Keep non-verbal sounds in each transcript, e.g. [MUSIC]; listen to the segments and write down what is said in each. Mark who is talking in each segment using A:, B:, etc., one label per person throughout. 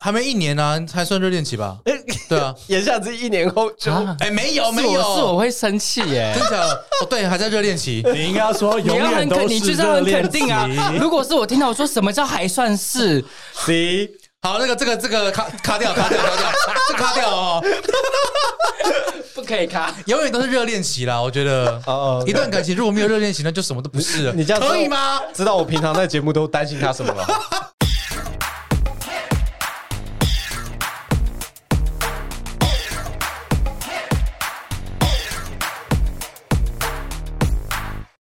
A: 还没一年呢、啊，才算热恋期吧？对啊，
B: [LAUGHS] 眼下这一年后就
C: 啊
A: [LAUGHS] 哎、没有
C: 是
A: 没有，
C: 我是我会生气耶、
A: 真假的？哦，对，还在热恋期。
D: 你应该要
B: [LAUGHS]
D: 说
C: 你
D: 永
C: 要
D: 远
C: 很
D: 都
C: 肯，
D: 是
C: 你就是要很
D: 热恋
C: 肯定啊
D: 期！
C: 如果是我听到我说什么叫还算是，
D: C
A: 好，那个这个这个卡卡掉，卡掉，卡掉， [LAUGHS] 这卡掉哦，
C: 不可以卡。
A: 永远都是热恋期啦。我觉得，
B: 哦哦
A: 一段感情如果没有热恋期，那就什么都不是了。
B: 你这样
A: 可以吗？？
B: 知道我平常在节目都担心他什 [LAUGHS] 么了？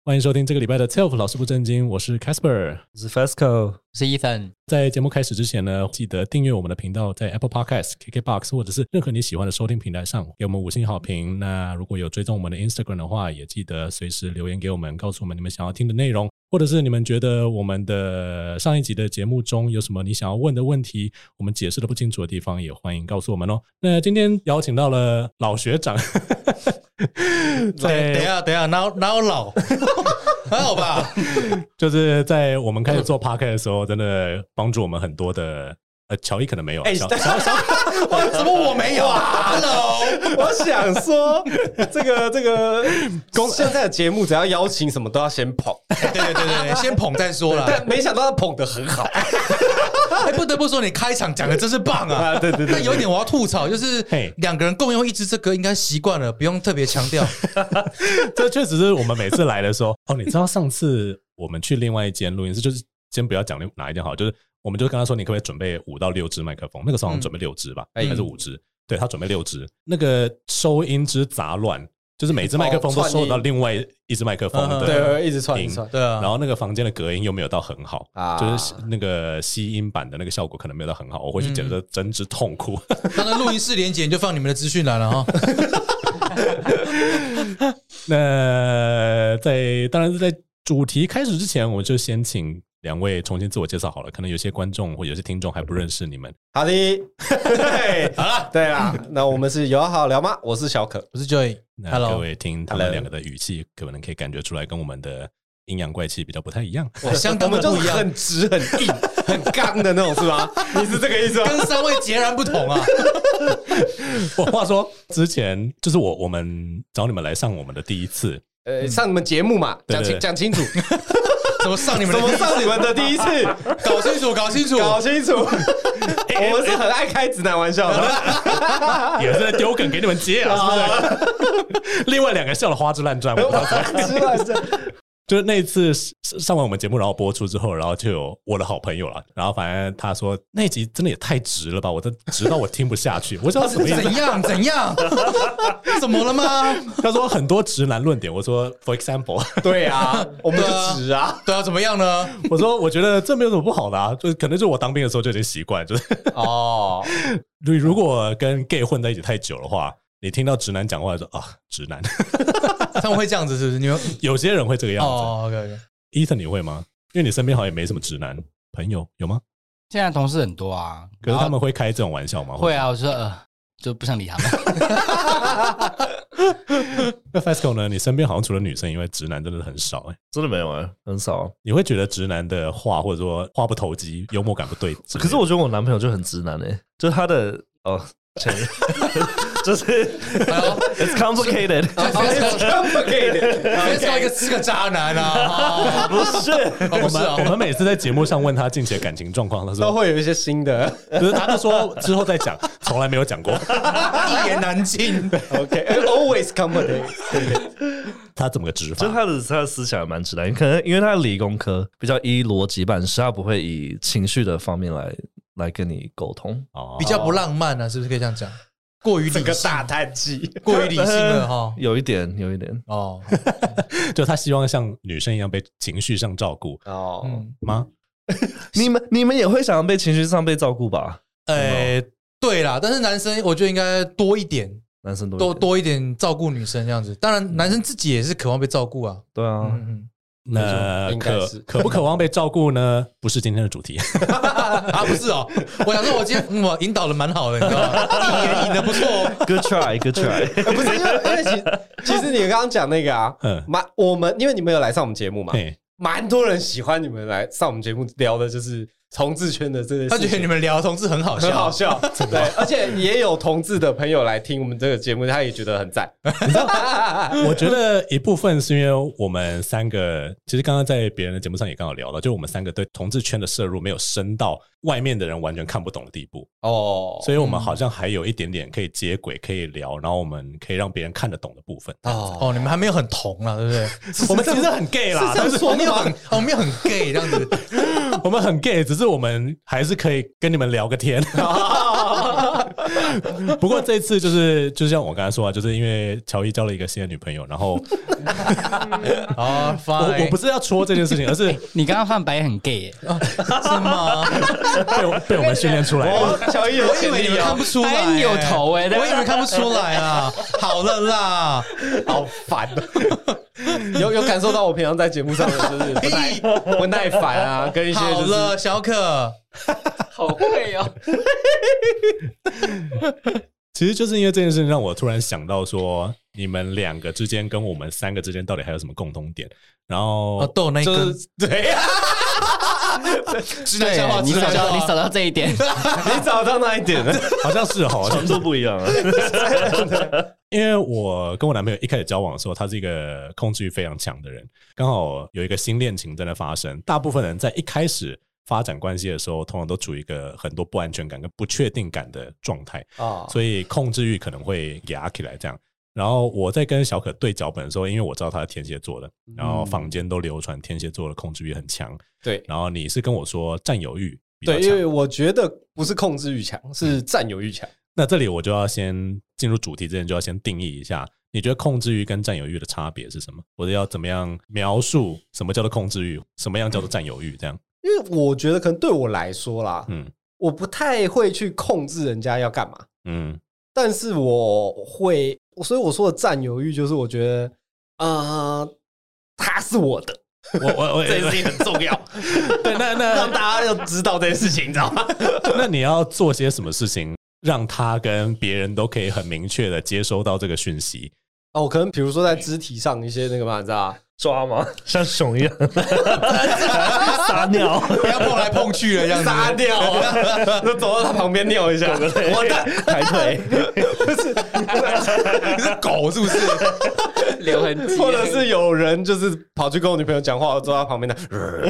D: 欢迎收听这个礼拜的 Self 老师不正经，我是 Casper。
E: 我是 Fasco，
C: 是 Ethan，
D: 在节目开始之前呢，记得订阅我们的频道，在 Apple Podcast、KKBox 或者是任何你喜欢的收听平台上给我们五星好评。那如果有追踪我们的 Instagram 的话，也记得随时留言给我们，告诉我们你们想要听的内容，或者是你们觉得我们的上一集的节目中有什么你想要问的问题，我们解释的不清楚的地方，也欢迎告诉我们哦。那今天邀请到了老学长，
A: 等一
D: 在
A: 下，等一下，哪有哪有 [LAUGHS] 老？还好吧？
D: 就是在我们开始
B: 嗯
D: 做 p a r k 的时候，真的帮助我们很多的。呃，乔伊可能没有，
B: 哎
D: 乔
B: [LAUGHS]
D: 乔乔
A: 怎么我没有啊？Hello，
B: 我想说，这个这个， [LAUGHS] 公现在的节目只要邀请什么都要先 [LAUGHS] 捧，
A: 哎对对对对对，先捧再说啦。
B: 但没想到他捧的很好。
A: 哎，不得不说，你开场讲的真是棒啊！[LAUGHS]
B: [LAUGHS] 啊对 [LAUGHS] 对对对
A: 但有一点我要吐槽，就是
D: 嘿
A: 两个人共用一支这个应该习惯了，不用特别强调。
D: 这确实是我们每次来的时候， [LAUGHS] 哦，你知道上次我们去另外一间录音室，就是先不要讲哪一间好，就是我们就跟他说，你可不可以准备五到六支麦克风？那个时候好像准备六支吧，
A: 嗯
D: 还是五支？对他准备六支，那个收音之杂乱，就是每支麦克风都
B: 哦
D: 收
B: 串
D: 得
B: 音
D: 到另外一支麦克风
A: 嗯
D: 的，
B: 对，一直串一
D: 音
B: 直串。
A: 对啊，
D: 然后那个房间的隔音又没有到很好，
B: 啊
D: 就是那个吸音板的那个效果可能没有到很好，我回去
B: 嗯
D: 简直真之痛苦。
A: 那个录音室连接你就放你们的资讯栏了
D: [LAUGHS]
A: 哈。
D: 那在当然是在主题开始之前，我就先请两位重新自我介绍好了。可能有些观众或有些听众还不认识你们。
B: 好的， [LAUGHS] 对，好了， [LAUGHS] 对啦，那我们是有好聊吗？我是小可，
A: 我是
D: 那
A: Joy，Hello，
D: 各位听他们两个的语气，可能可以感觉出来跟我们的阴阳怪气比较不太一样。
A: 哇
B: [LAUGHS]
A: 相
B: 我
A: 当的
B: 们就
A: 不一
B: 是
A: 样，
B: 很直、很 [LAUGHS] 硬、很刚的那种，是吧？ [LAUGHS] 你是这个意思吗？
A: 跟三位截然不同
B: [LAUGHS]
A: 啊。
D: 我话说之前就是我我们找你们来上我们的第一次，
B: 呃，上你们节目嘛，
D: 对
B: 讲
D: 对
B: 清讲清楚，
A: 怎么上你们
B: 怎
A: 的
B: 么
A: 第一
B: [LAUGHS] 上你们的第一次？ [LAUGHS]
A: 搞清楚，搞清楚。
B: 搞清 [LAUGHS] 楚， [LAUGHS] 我们是很爱开直男玩 [LAUGHS] 笑的。
D: 也是在丢梗给你们接啊，是不是？另外两个笑得花枝乱转，我不知道怎么
B: 直男是
D: 就是那一次上完我们节目，然后播出之后，然后就有我的好朋友了，然后反正他说那一集真的也太直了吧，我都直到我听不下去，我 [LAUGHS] 知道什么意思
A: 怎。样？怎
B: [LAUGHS]
A: 样？怎么了吗？
D: 他说很多直男论点，我说 for example，
B: [LAUGHS]
D: [LAUGHS]
B: 对啊，我们
A: 对啊
B: 就直啊。
A: 对啊，怎么样呢？
D: 我说我觉得这没有什么不好的啊，就是可能就是我当兵的时候就已经习惯，就是 [LAUGHS]
B: 哦，
D: 你如果跟 gay 混在一起太久的话，你听到直男讲话就说啊直男， [LAUGHS]
A: 他们会这样子是不是？你们
D: 有些人会这个样子。
A: 哦，OK，
D: 伊藤你会吗？因为你身边好像也没什么直男朋友，有吗？
C: 现在同事很多啊，
D: 可是他们会开这种玩笑吗？
C: 然后会。啊，我说呃，就不想
A: [LAUGHS]
C: 理他们。
D: 那 Fasco 呢？你身边好像除了女生以外，直男真的很少哎、
E: 真的没有啊，很少。
D: 你会觉得直男的话，或者说话不投机、幽默感不对之类的，
E: 可是我觉得我男朋友就很直男诶、欸就是他的哦，前
A: [LAUGHS]
E: [LAUGHS] 就是
A: 哎呦哎
E: it's complicated，
B: 呃 [LAUGHS]
A: OK。
B: complicated。
A: 别找一个是个渣男
B: [LAUGHS]
A: 啊！
E: 不是
A: 哦，不
D: 我
A: 是
D: 们
A: 啊
D: 我，们每次在节目上问他近期的感情状况，他
B: 都
D: 说，
B: 会有一些新 [LAUGHS] 的
D: 可是他就说之后再讲，从来没有讲过。
A: 一言难尽。
B: [LAUGHS] ，OK，always complicated。 [LAUGHS]
D: 他怎么个直
E: 就是
D: 法？
E: 他的他的思想也蛮直男，可能因为他理工科比较依逻辑办事，他不会以情绪的方面来来跟你沟通。
D: 哦
A: 比较不浪漫啊，是不是可以这样讲？过于理
B: 整个
A: 性，
B: 大叹气，
A: 过于理性了
B: [LAUGHS]
A: 哈。
E: 有一点，有一点，
A: 哦，
D: 就他希望像女生一样被情绪上照顾
B: 哦，
A: 嗯，
D: 吗？
E: 你们你们也会想要被情绪上被照顾吧？
A: 哎，对啦，但是男生我觉得应该多一点，
E: 男生多一
A: 多
E: 点
A: 多一点照顾女生这样子。当然，男生自己也是渴望被照顾啊。
E: 对啊，
A: 嗯嗯
D: 那
B: 应该
D: 可
B: 是
D: 可不渴望被照顾呢？不是今天的主题。
A: 嗯， [LAUGHS] 啊，不是哦，我想说，我今天嗯我引导的蛮好的，你知道吗？一言引的不错哦。
E: Good try, good
A: [LAUGHS]
E: try。
B: 呃不是因为因为其其实你刚刚讲那个啊
D: 嗯，
B: 蛮我们因为你们有来上我们节目嘛，
D: 嘿，
B: 蛮多人喜欢你们来上我们节目聊的就是同志圈的这个，
A: 他觉得你们聊同志很好
B: 很好
A: 笑，
B: 笑，对，而且也有同志的朋友来听我们这个节目，他也觉得很赞。
D: 我觉得一部分是因为我们三个，其实刚刚在别人的节目上也刚好聊到，就我们三个对同志圈的摄入没有深到外面的人完全看不懂的地步，
A: 哦
D: 所以我们好像还有一点点可以接轨、可以聊，然后我们可以让别人看得懂的部 [LAUGHS] 分。
A: 哦，你们还没有很同啊，对不对？ [LAUGHS] 我们
D: 其实很 gay 啦
A: 是这样说没有很，哦我们没有很 gay 这样子。
D: 我们很 gay，只是我们还是可以跟你们聊个天。 [LAUGHS] 不过这次就是，就像我刚才说啊，就是因为乔伊交了一个新的女朋友，然后
A: 哦
D: 我
A: ，fine，
D: 我不是要戳这件事情，而是
C: 你刚刚翻白眼很 gay 耶、
A: 是吗？
D: 被 [LAUGHS] 我被我们训练出来的。
B: 小易有
A: 我以为你们 [LAUGHS] 看不出来、
C: 还扭头欸
A: 我以为看不出来啊。好了 [LAUGHS] 啦，
B: 好烦， [LAUGHS] 有有感受到我平常在节目上的就是不耐不耐烦啊，跟一些
A: 好
B: 就是
A: 了，小可，
C: 好会
A: [LAUGHS]
C: 哦！
D: 其实就是因为这件事情，让我突然想到说，你们两个之间跟我们三个之间到底还有什么共同点？然后、
A: 哦，逗那一
B: 就
A: 根
B: 是对
D: [LAUGHS]
B: 呀，
A: 直
C: 对，你
A: 直
C: 找
A: 男笑
C: 到
A: 话
C: 你找到这
A: [LAUGHS]
C: 一点，
B: 你找到那一点了，
D: 好像是哦，
E: 程度不一样啊。
D: 因为我跟我男朋友一开始交往的时候，他是一个控制欲非常强的人，刚好有一个新恋情正在发生。大部分人在一开始发展关系的时候，通常都处于一个很多不安全感跟不确定感的状态，
B: 啊，
D: 所以控制欲可能会压起来这样。然后我在跟小可对脚本的时候，因为我知道他是天蝎座的，然后坊间都流传天蝎座的控制欲很强。
B: 嗯对
D: 然后你是跟我说占有欲比较
B: 对，因为
D: 强，
B: 我觉得不是控制欲强，是占有欲强。
D: 那这里我就要先进入主题之前，就要先定义一下，你觉得控制欲跟占有欲的差别是什么？或者要怎么样描述什么叫做控制欲，什么样叫做占有欲？这样，
B: 因为我觉得可能对我来说啦，
D: 嗯
B: 我不太会去控制人家要干嘛，
D: 嗯
B: 但是我会，所以我说的占有欲就是我觉得，啊，他是我的，
E: 我我
B: [LAUGHS]
E: 我
B: 这件事情很重 [LAUGHS] 要，
D: 对，那那
B: [LAUGHS] 让大家要知道这件事情，你知道吗？
D: 那你要做些什么事情，让他跟别人都可以很明确的接收到这个讯息？
B: [LAUGHS] 哦，可能比如说在肢体上一些那个嘛，你知道吧？
E: 抓吗？ [LAUGHS] 像熊一样撒尿，
A: 不要
B: [LAUGHS]
A: 碰来碰去了这样子。
B: 撒尿啊， [LAUGHS] 就走到他旁边尿一下，我的
E: 抬腿，
A: [LAUGHS] 你是狗是不是？
C: 留痕迹，
B: [LAUGHS] 或者是有人就是跑去跟我女朋友讲话，我坐在她旁边的，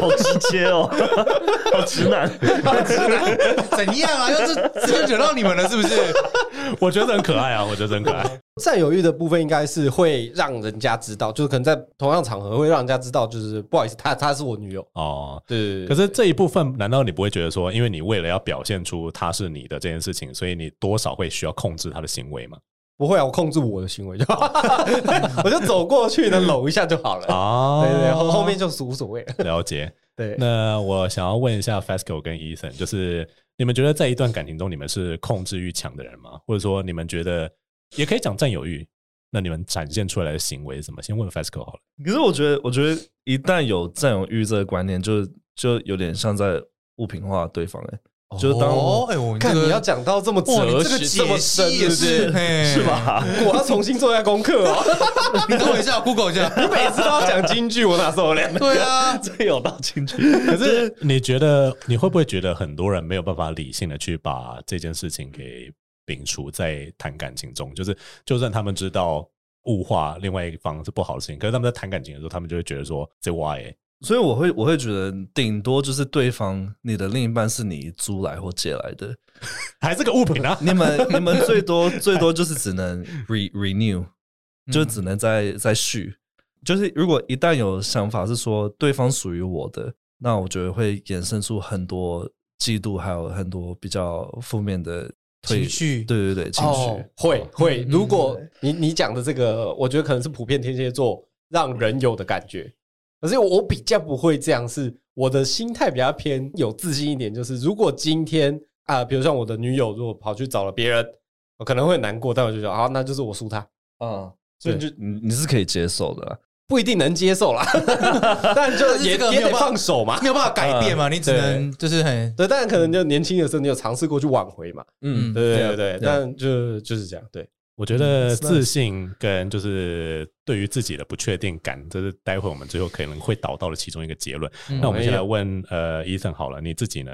E: 好直接哦， [LAUGHS] 好直男。 [LAUGHS]
A: 怎样啊？要是直接惹到你们了是不是？
D: 我觉得很可爱啊，我觉得很可爱。
B: [LAUGHS] 占有欲的部分应该是会让人家知道，就是可能在同样场合会让人家知道，就是不好意思，她她是我女友。
D: 哦，
B: 对，
D: 可是这一部分，难道你不会觉得说，因为你为了要表现出他是你的这件事情，所以你多少会需要控制他的行为吗？
B: 不会啊，我控制我的行为就好，
A: [LAUGHS]
B: 我就走过去呢，搂一下就好了。
D: 哦
B: 对对对，后后面就是无所谓了。
D: 了解。
B: 对，
D: 那我想要问一下 Fasco 跟 Ethan，就是你们觉得在一段感情中，你们是控制欲强的人吗？或者说，你们觉得也可以讲占有欲？那你们展现出来的行为是什么？先问 Fasco 好了。
E: 可是我觉得，我觉得一旦有占有欲这个观念，就就有点像在物品化对方、欸，就是当
A: 哦，哎，我们这
B: 看
A: 个
B: 你要讲到这么
E: 哦
A: 哇，你
B: 哲
A: 这个
B: 学、这
A: 解
B: 么深，
A: 析也
B: 对不
A: 是
B: 对？
A: 嘿
E: 是？吧？
B: 我要重新做一下功课
A: [LAUGHS]
B: 哦。
A: 你等我一下我，Google 一下。
B: 你每次都要讲京剧，我哪受得了？
A: [LAUGHS] 对啊，
E: 这有道进去，
D: 可是你觉得，你会不会觉得很多人没有办法理性的去把这件事情给摒除在谈感情中？就是，就算他们知道物化另外一方是不好的事情，可是他们在谈感情的时候，他们就会觉得说这 why 欸
E: 所以我会我会觉得，顶多就是对方你的另一半是你租来或借来的，
D: 还是个物品啊。
E: 你们 [LAUGHS] 你们最多最多就是只 [LAUGHS] 能 re renew，就只能再再续。就是如果一旦有想法是说对方属于我的，那我觉得会衍生出很多嫉妒，还有很多比较负面的推
A: 情绪嗯
E: 对对对，情绪。
B: 哦，会会。如果你你讲的这个，我觉得可能是普遍天蝎座让人有的感觉。可是我比较不会这样，是我的心态比较偏有自信一点。就是如果今天啊、比如像我的女友，如果跑去找了别人，我可能会很难过，但我就觉得啊，那就是我输她，
E: 嗯，所以你
B: 对
E: 就你你是可以接受的啊、
B: 不一定能接受
A: [LAUGHS]
B: 啦。但就
A: 但是
B: 也
A: 这个没
B: 也
A: 有
B: 得
A: 办法
B: 放手嘛。
A: 没有办法改变嘛，你只能就是很
B: 对，但可能就年轻的时候，你有尝试过去挽回嘛？
E: 嗯
A: 嗯
B: 对
E: 对啊
B: 对对，
E: 对啊
B: 但就就是这样。对，
D: 我觉得自信跟就是对于自己的不确定感，这是待会我们最后可能会导到的其中一个结论。
A: 嗯
D: 那我们先来问呃伊森好了，你自己呢？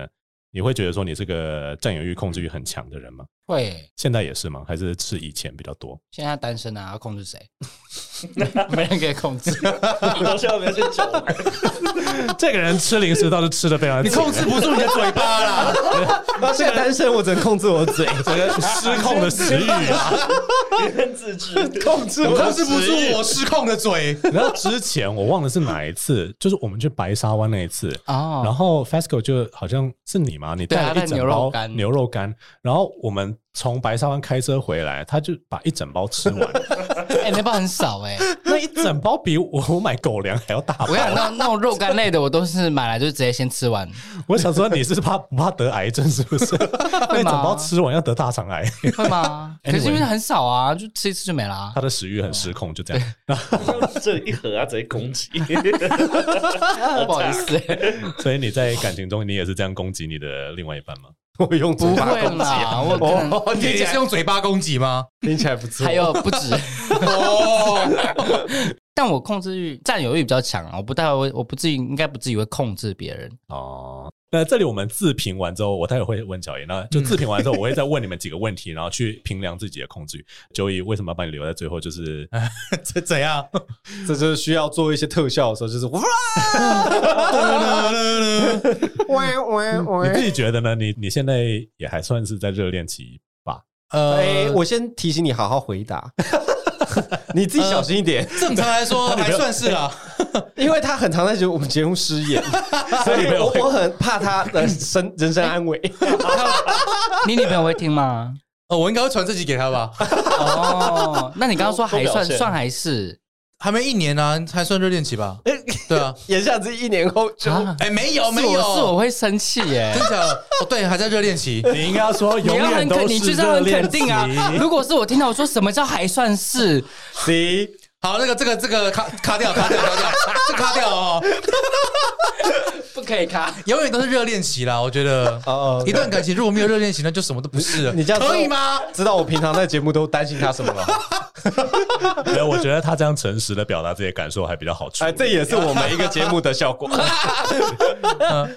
D: 你会觉得说你是个占有欲、控制欲很强的人吗？
C: 会，
D: 现在也是吗？还是是以前比较多？
C: 现在单身啊，要控制谁？ [LAUGHS] 没人可以
A: [LAUGHS]
C: 控制。
E: 东西要不要去找？
D: [LAUGHS] 这个人吃零食倒是吃的非常，
A: 你控制不住你的嘴巴啦，
B: 那 [LAUGHS] 现在单身，我只能控制我嘴，
D: 整个失控的食欲啊！ [LAUGHS]
E: 自制
B: 控制
A: 我
B: 我
A: 控制不住我失控的
D: [LAUGHS]
A: 嘴。
D: 然后之前我忘了是哪一次，就是我们去白沙湾那一次，
C: 哦，
D: 然后 FESCO 就好像是你嘛，你
C: 对
D: 带
C: 啊
D: 了一
C: 带
D: 整
C: 牛肉
D: 包
C: 干
D: 牛肉干，然后我们从白沙湾开车回来，他就把一整包吃完，
C: [LAUGHS] 哎、那包很少哎、
D: 那一整包比我我买狗粮还要大包
C: 我。想那那种肉干类的，我都是买来就直接先吃完。
D: 我想说你是怕不怕得癌症是
C: [LAUGHS]
D: 不是？那一整包吃完要得大肠癌，
C: 会吗？可
D: Anyway
C: 是因为很少啊，就吃一次就没
D: [LAUGHS]
C: 啦、
D: 他的食欲很失控，就这样。
C: 哦
E: 这一盒啊，直接攻击。
C: 不好意思、
D: 所以你在感情中，你也是这样攻击你的另外一
C: [LAUGHS]
D: 半吗？
B: 我用嘴
C: [LAUGHS] 不
B: 巴
C: 会
B: 控制，哦
C: 啦，我可能
A: 你也是用嘴巴攻击吗？
B: 听起来不错。
C: 还有不止， [LAUGHS]
A: 哦，
C: 但我控制欲、占有欲比较强啊，我不太会，我不至于，应该不至于会控制别人。
D: 哦，那这里我们自评完之后，我待会会问小叶，那就自评完之后，我会再问你们几个问题，然后去评量自己的控制欲。九以为什么要把你留在最后？就是
A: [LAUGHS] 这怎样？
B: 这就是需要做一些特效的时候，就是哇，
D: 你自己觉得呢？你你现在也还算是在热恋期吧？
B: 哎，
A: 呃，
B: 我先提醒你好好回答， [LAUGHS] 你自己
C: 呃
B: 小心一点，
A: 正常来说还算是啦。
B: 因为他很常在觉得我们节目失言， [LAUGHS] 所以我我很怕他的生人身安
C: [LAUGHS]
B: 危。
C: 你女朋友会听吗？
A: 哦，我应该会传这集给他吧？
C: 哦，那你刚刚说还
E: 多表
C: 算
E: 现
C: 算还是
A: 还没一年呢、还算热恋期吧？对啊，
B: 眼下这一年后就
C: 啊？
A: 哎、没有
C: 是
A: 没有，
C: 我是我会生气耶
A: [LAUGHS] 真。假的？哦，对，还在热恋期。
D: 你应该要说
C: 你
D: 永
C: 要
D: 远
C: 很
D: 都
C: 肯，
D: 是
C: 你就是要
D: 热
C: 很
D: 恋
C: 肯
D: 期
C: 定啊！ [LAUGHS] 如果是我听到我说什么叫还算是，
B: C
A: 好，那个这个这个卡卡掉，卡掉，卡掉，这卡掉哦，
C: 不可以卡。
A: 永远都是热恋期啦。我觉得，
B: 哦，
A: 一段感情如果没有热恋期，那就什么都不是了。
B: 你这样哎
A: 可以吗？？
B: 知道我平常在节目都担心他什么了？
D: 没有，我觉得他这样诚实的表达自己的感受还比较好处理。
B: 哎，这也是我们一个节目的效果。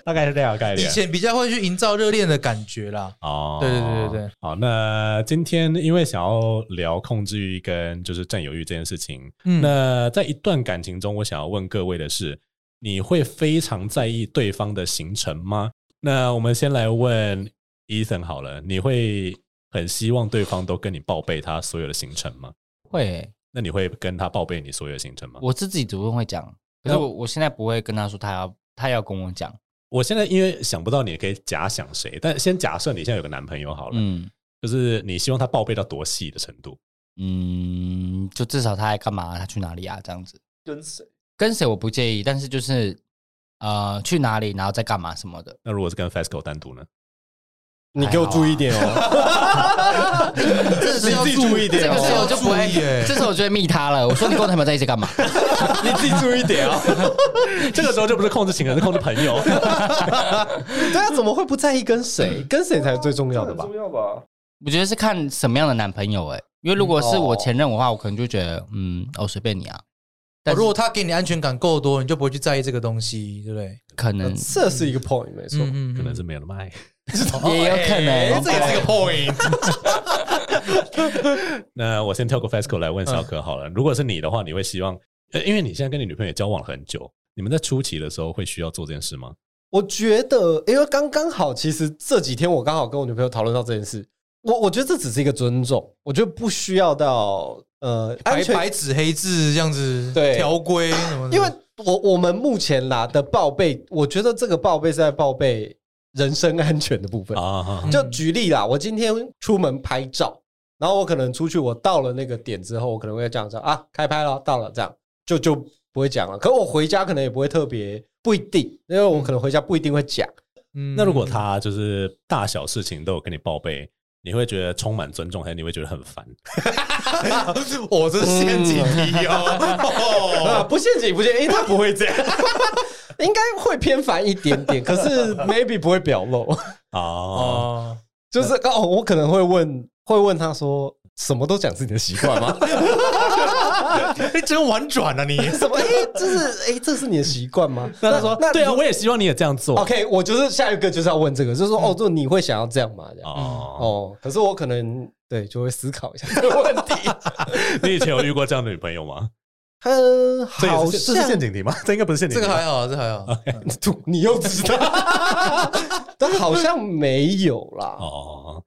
D: 大概是这样的概
A: 以
D: 念。
A: 前比较会去营造热恋的感觉啦。
D: 哦，
A: 对对对对对。
D: 好，那今天因为想要聊控制欲跟就是占有欲这件事情，
A: 嗯
D: 那在一段感情中，我想要问各位的是，你会非常在意对方的行程吗？那我们先来问 Ethan 好了，你会很希望对方都跟你报备他所有的行程吗？
C: 会，
D: 那你会跟他报备你所有的行程吗？
C: 我是自己主动会讲，可是我我现在不会跟他说他要他要跟我讲。
D: 我现在因为想不到你可以假想谁，但先假设你现在有个男朋友好了，
C: 嗯
D: 就是你希望他报备到多细的程度？
C: 嗯，就至少他在干嘛，他去哪里啊，这样子。
E: 跟谁？
C: 跟谁我不介意，但是就是呃去哪里，然后在干嘛什么的。
D: 那如果是跟 FESCO 单独呢？
B: [LAUGHS]
D: [LAUGHS]
B: 你给我注意一点哦，
A: 这是要
B: 你自己注意一点
C: 这
B: 对哦
A: 这是要
C: 个时候我就不
A: 注
C: 会
A: 意欸耶，。
C: 这时候我就会密他了。我说你跟我男朋友在一起干嘛？
B: 你自己注意一点哦。
D: 这个时候就不是控制情人，是控制朋
A: [LAUGHS]
D: 友。
B: 对啊，怎么会不在意跟谁？跟谁才是最重要的吧
E: 重？要吧？
C: 我觉得是看什么样的男朋友哎、因为如果是
A: 嗯哦
C: 我前任的话，我可能就觉得嗯哦随便你啊，但
A: 哦
C: 是
A: 如果他给你安全感够多，你就不会去在意这个东西，对不对？
C: 可
A: [LAUGHS]
C: 能
B: 这是一个 point，没错。
A: 嗯
D: 可能是没有那么爱。
C: 也有可
B: 嗯
A: 哎
C: 能。哦
A: 这也是个 point。
D: 那我先跳过 FESCO
A: 嗯
D: 来问小可好了。如果是你的话，你会希望，呃，因为你现在跟你女朋友也交往了很久，你们在初期的时候会需要做这件事吗？
B: 我觉得，因为刚刚好，其实这几天我刚好跟我女朋友讨论到这件事，我我觉得这只是一个尊重，我觉得不需要到呃安
A: 白
B: 全，
A: 白纸黑字这样子，
B: 对
A: 条规什么的。
B: 因为我我们目前啦的报备，我觉得这个报备是在报备人身安全的部分。
D: 啊，
B: 就举例啦，我今天出门拍照，然后我可能出去，我到了那个点之后，我可能会这样讲啊，开拍了，到了这样就就不会讲了。可我回家可能也不会特别，不一定，因为我可能回家不一定会讲。
A: 嗯
D: 那如果他就是大小事情都有跟你报备，你会觉得充满尊重，还是你会觉得很烦？
A: 我这是陷阱题
D: [LAUGHS]
B: 啊，
A: 哦。
B: 不陷阱，不陷阱，因为他不会这样， [LAUGHS] 应该会偏烦一点点，可是 maybe 不会表露， [LAUGHS]
D: 哦，
A: 哦，
B: 就是哦，我可能会问，会问他说什么都讲是你的习惯吗？
A: 你真婉转啊你！
B: 什么？哎、这是哎、这是你的习惯吗？
D: 那他说
B: 那，
D: 对啊，
B: 如
D: 我也希望你也这样
A: 哦
D: 做。
B: OK，我就是下一个就是要问这个，就是说，哦，就你会想要这样吗？
A: 嗯
B: 这样
D: 哦，
B: 哦，可是我可能对就会思考一下这个问题。
D: 你以前有遇过这样的女朋友吗？
B: 嗯，
D: 哦 [LAUGHS] 这也
B: 好
D: 是这是
B: 像
D: 陷阱题吗？ [LAUGHS] 这应该不是陷
A: [LAUGHS]
D: 阱
A: 这
D: 题
A: 个
D: 吧。
A: 还好，这个还好。
B: 你又知道，但好像没有啦。
D: 哦，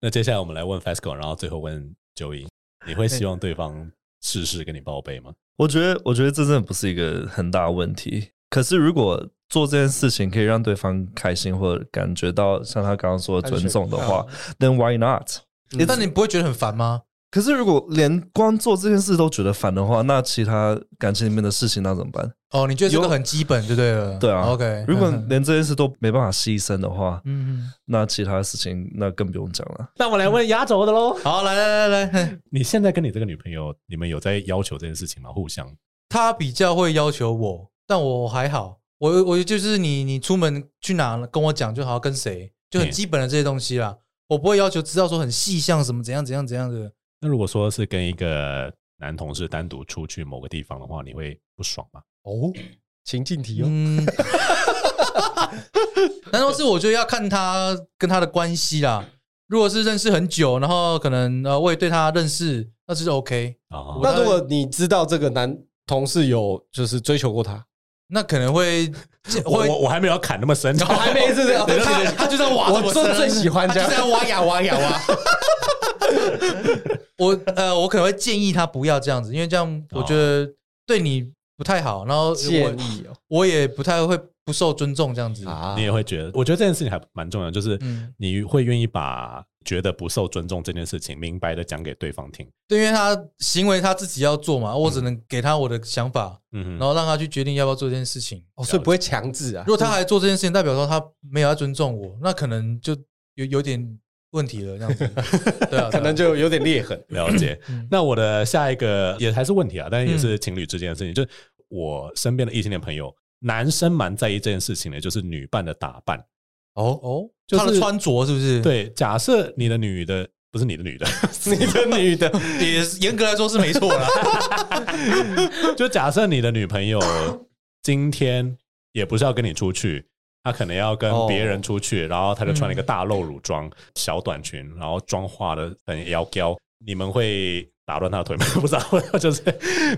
D: 那接下来我们来问 Fasco，然后最后问 Joey，你会
A: 哎
D: 希望对方事事跟你报备吗？
E: 我觉得，我觉得这真的不是一个很大的问题。可是，如果做这件事情可以让对方开心，或者感觉到像他刚刚说的尊重的话，then why not？
A: 嗯但你不会觉得很烦吗？
E: 可是，如果连光做这件事都觉得烦的话，那其他感情里面的事情那怎么办？
A: 哦，你觉得这个很基本就对了。
E: 对啊
A: ，OK。
E: [LAUGHS] 如果
A: 嗯
E: 连这件事都没办法牺牲的话，
A: 嗯，
E: 那其他事情那更不用讲了。
D: 那我来问压轴的喽。
A: 好，来来来来，嘿
D: 你现在跟你这个女朋友，你们有在要求这件事情吗？互相
A: 他比较会要求我，但我还好。我我就是你，你出门去哪跟我讲就好，跟谁就很
D: 嗯
A: 基本的这些东西啦。我不会要求知道说很细项什么怎样怎样怎样的。
D: 那如果说是跟一个男同事单独出去某个地方的话，你会不爽吗？
B: 哦，情境题哦，
D: [LAUGHS]
A: 嗯，难道是我觉得要看他跟他的关系啦？如果是认识很久，然后可能呃我也对他认识，那就是 OK。
D: 啊、
A: 我
B: 那如果你知道这个男同事有就是追求过她，
A: 那可能会
D: 我
A: 会
D: 我我还没有砍那
A: [LAUGHS]
D: 么深，
B: 还没是这样，
A: 他他就在挖着
B: 我最
A: 身
B: 最喜欢这
A: 啊他就在
B: 样。
A: 挖呀挖呀挖。我呃，我可能会建议他不要这样子，因为这样我觉得对你不太好，然后
B: 建
A: 我
B: 议
A: 我也不太会不受尊重这样子
B: 哦。啊
D: 你也会觉得，我觉得这件事情还蛮重要的，就是
A: 嗯
D: 你会愿意把觉得不受尊重这件事情明白的讲给对方听。
A: 对，因为他行为他自己要做嘛，我只能给他我的想法，
D: 嗯
A: 然
D: 哼，
A: 后让他去决定要不要做这件事情。
B: 哦，所以不会强制啊
A: 如。果他还做这件事情，代表说他没有要尊重我，那可能就有有点问题了，这样子。对啊，
B: 可能就有点裂痕，
D: 了解
A: [CLEARS THROAT] 嗯。
D: 那我的下一个也还是问题啊，但也是情侣之间的
A: 嗯
D: 事情，就是我身边的异性恋朋友，男生蛮在意这件事情的，就是女伴的打扮。
A: 哦哦，
D: 就是
A: 他的穿着是不是？，
D: 对，假设你的女的不是你的女 [LAUGHS] 的，
B: 你的女的
A: [LAUGHS] 也是严格来说是没错啦。
D: 就假设你的女朋友今天也不是要跟你出去，她可能要跟
B: 哦
D: 别人出去，然后她就穿了一个大露乳装、小短裙，然后妆化的很妖娇，你们会打断她的腿吗？ [LAUGHS] 不知道，就是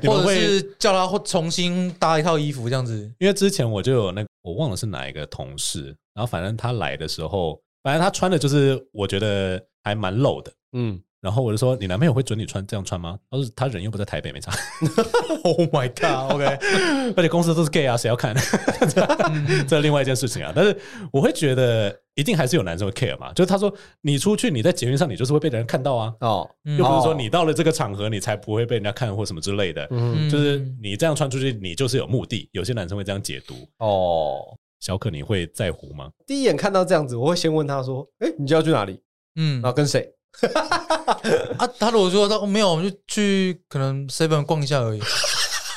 D: 你
A: 或
D: 们
A: 者
D: 会
A: 是叫他会重新搭一套衣服这样子。
D: 因为之前我就有那个，我忘了是哪一个同事，然后反正他来的时候，反正他穿的就是我觉得还蛮露的。
B: 嗯，
D: 然后我就说：“你男朋友会准你穿这样穿吗？”他说：“他人又不在台北，没差。 [LAUGHS]
A: Oh my god！OK，、
D: 而且公司都是 gay 啊，谁要看？ [LAUGHS] 这是另外一件事情啊。但是我会觉得，一定还是有男生会 care 嘛。就是他说你出去，你在捷运上，你就是会被人看到啊。
B: 哦，
A: 嗯
D: 又不是说你到了这个场合，你才不会被人家看或什么之类的。
B: 嗯，
D: 就是你这样穿出去，你就是有目的。有些男生会这样解读。
B: 哦，
D: 小可，你会在乎吗？
B: 第一眼看到这样子，我会先问他说：“哎，你就要去哪里？
A: 嗯
B: 然后跟谁
A: 啊，他如果说他、哦、没有，我们就去可能 seven 逛一下而已。？”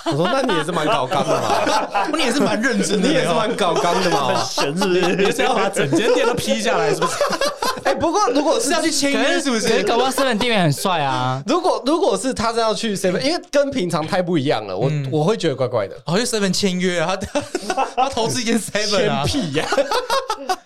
B: 我说：“那你也是蛮搞刚的嘛，
A: 你 [LAUGHS] 也是蛮认真的，
B: 你也是蛮搞刚的嘛。”
E: 神是不是？
A: [LAUGHS]
D: 是要把整间店都批下来，是不是？
B: 哎，不过如果是，
A: 是要去签约是不
C: 可
A: 是
C: 是？搞不好私人店员很帅啊
B: 如果如果是他是要去 seven，因为跟平常太不一样了，我、
A: 嗯
B: 我会觉得怪怪的。
A: 哦好去 seven 签约啊，他 [LAUGHS] 他投资一间 seven 啊嗯
B: 偏。僻
A: [LAUGHS]
B: 呀、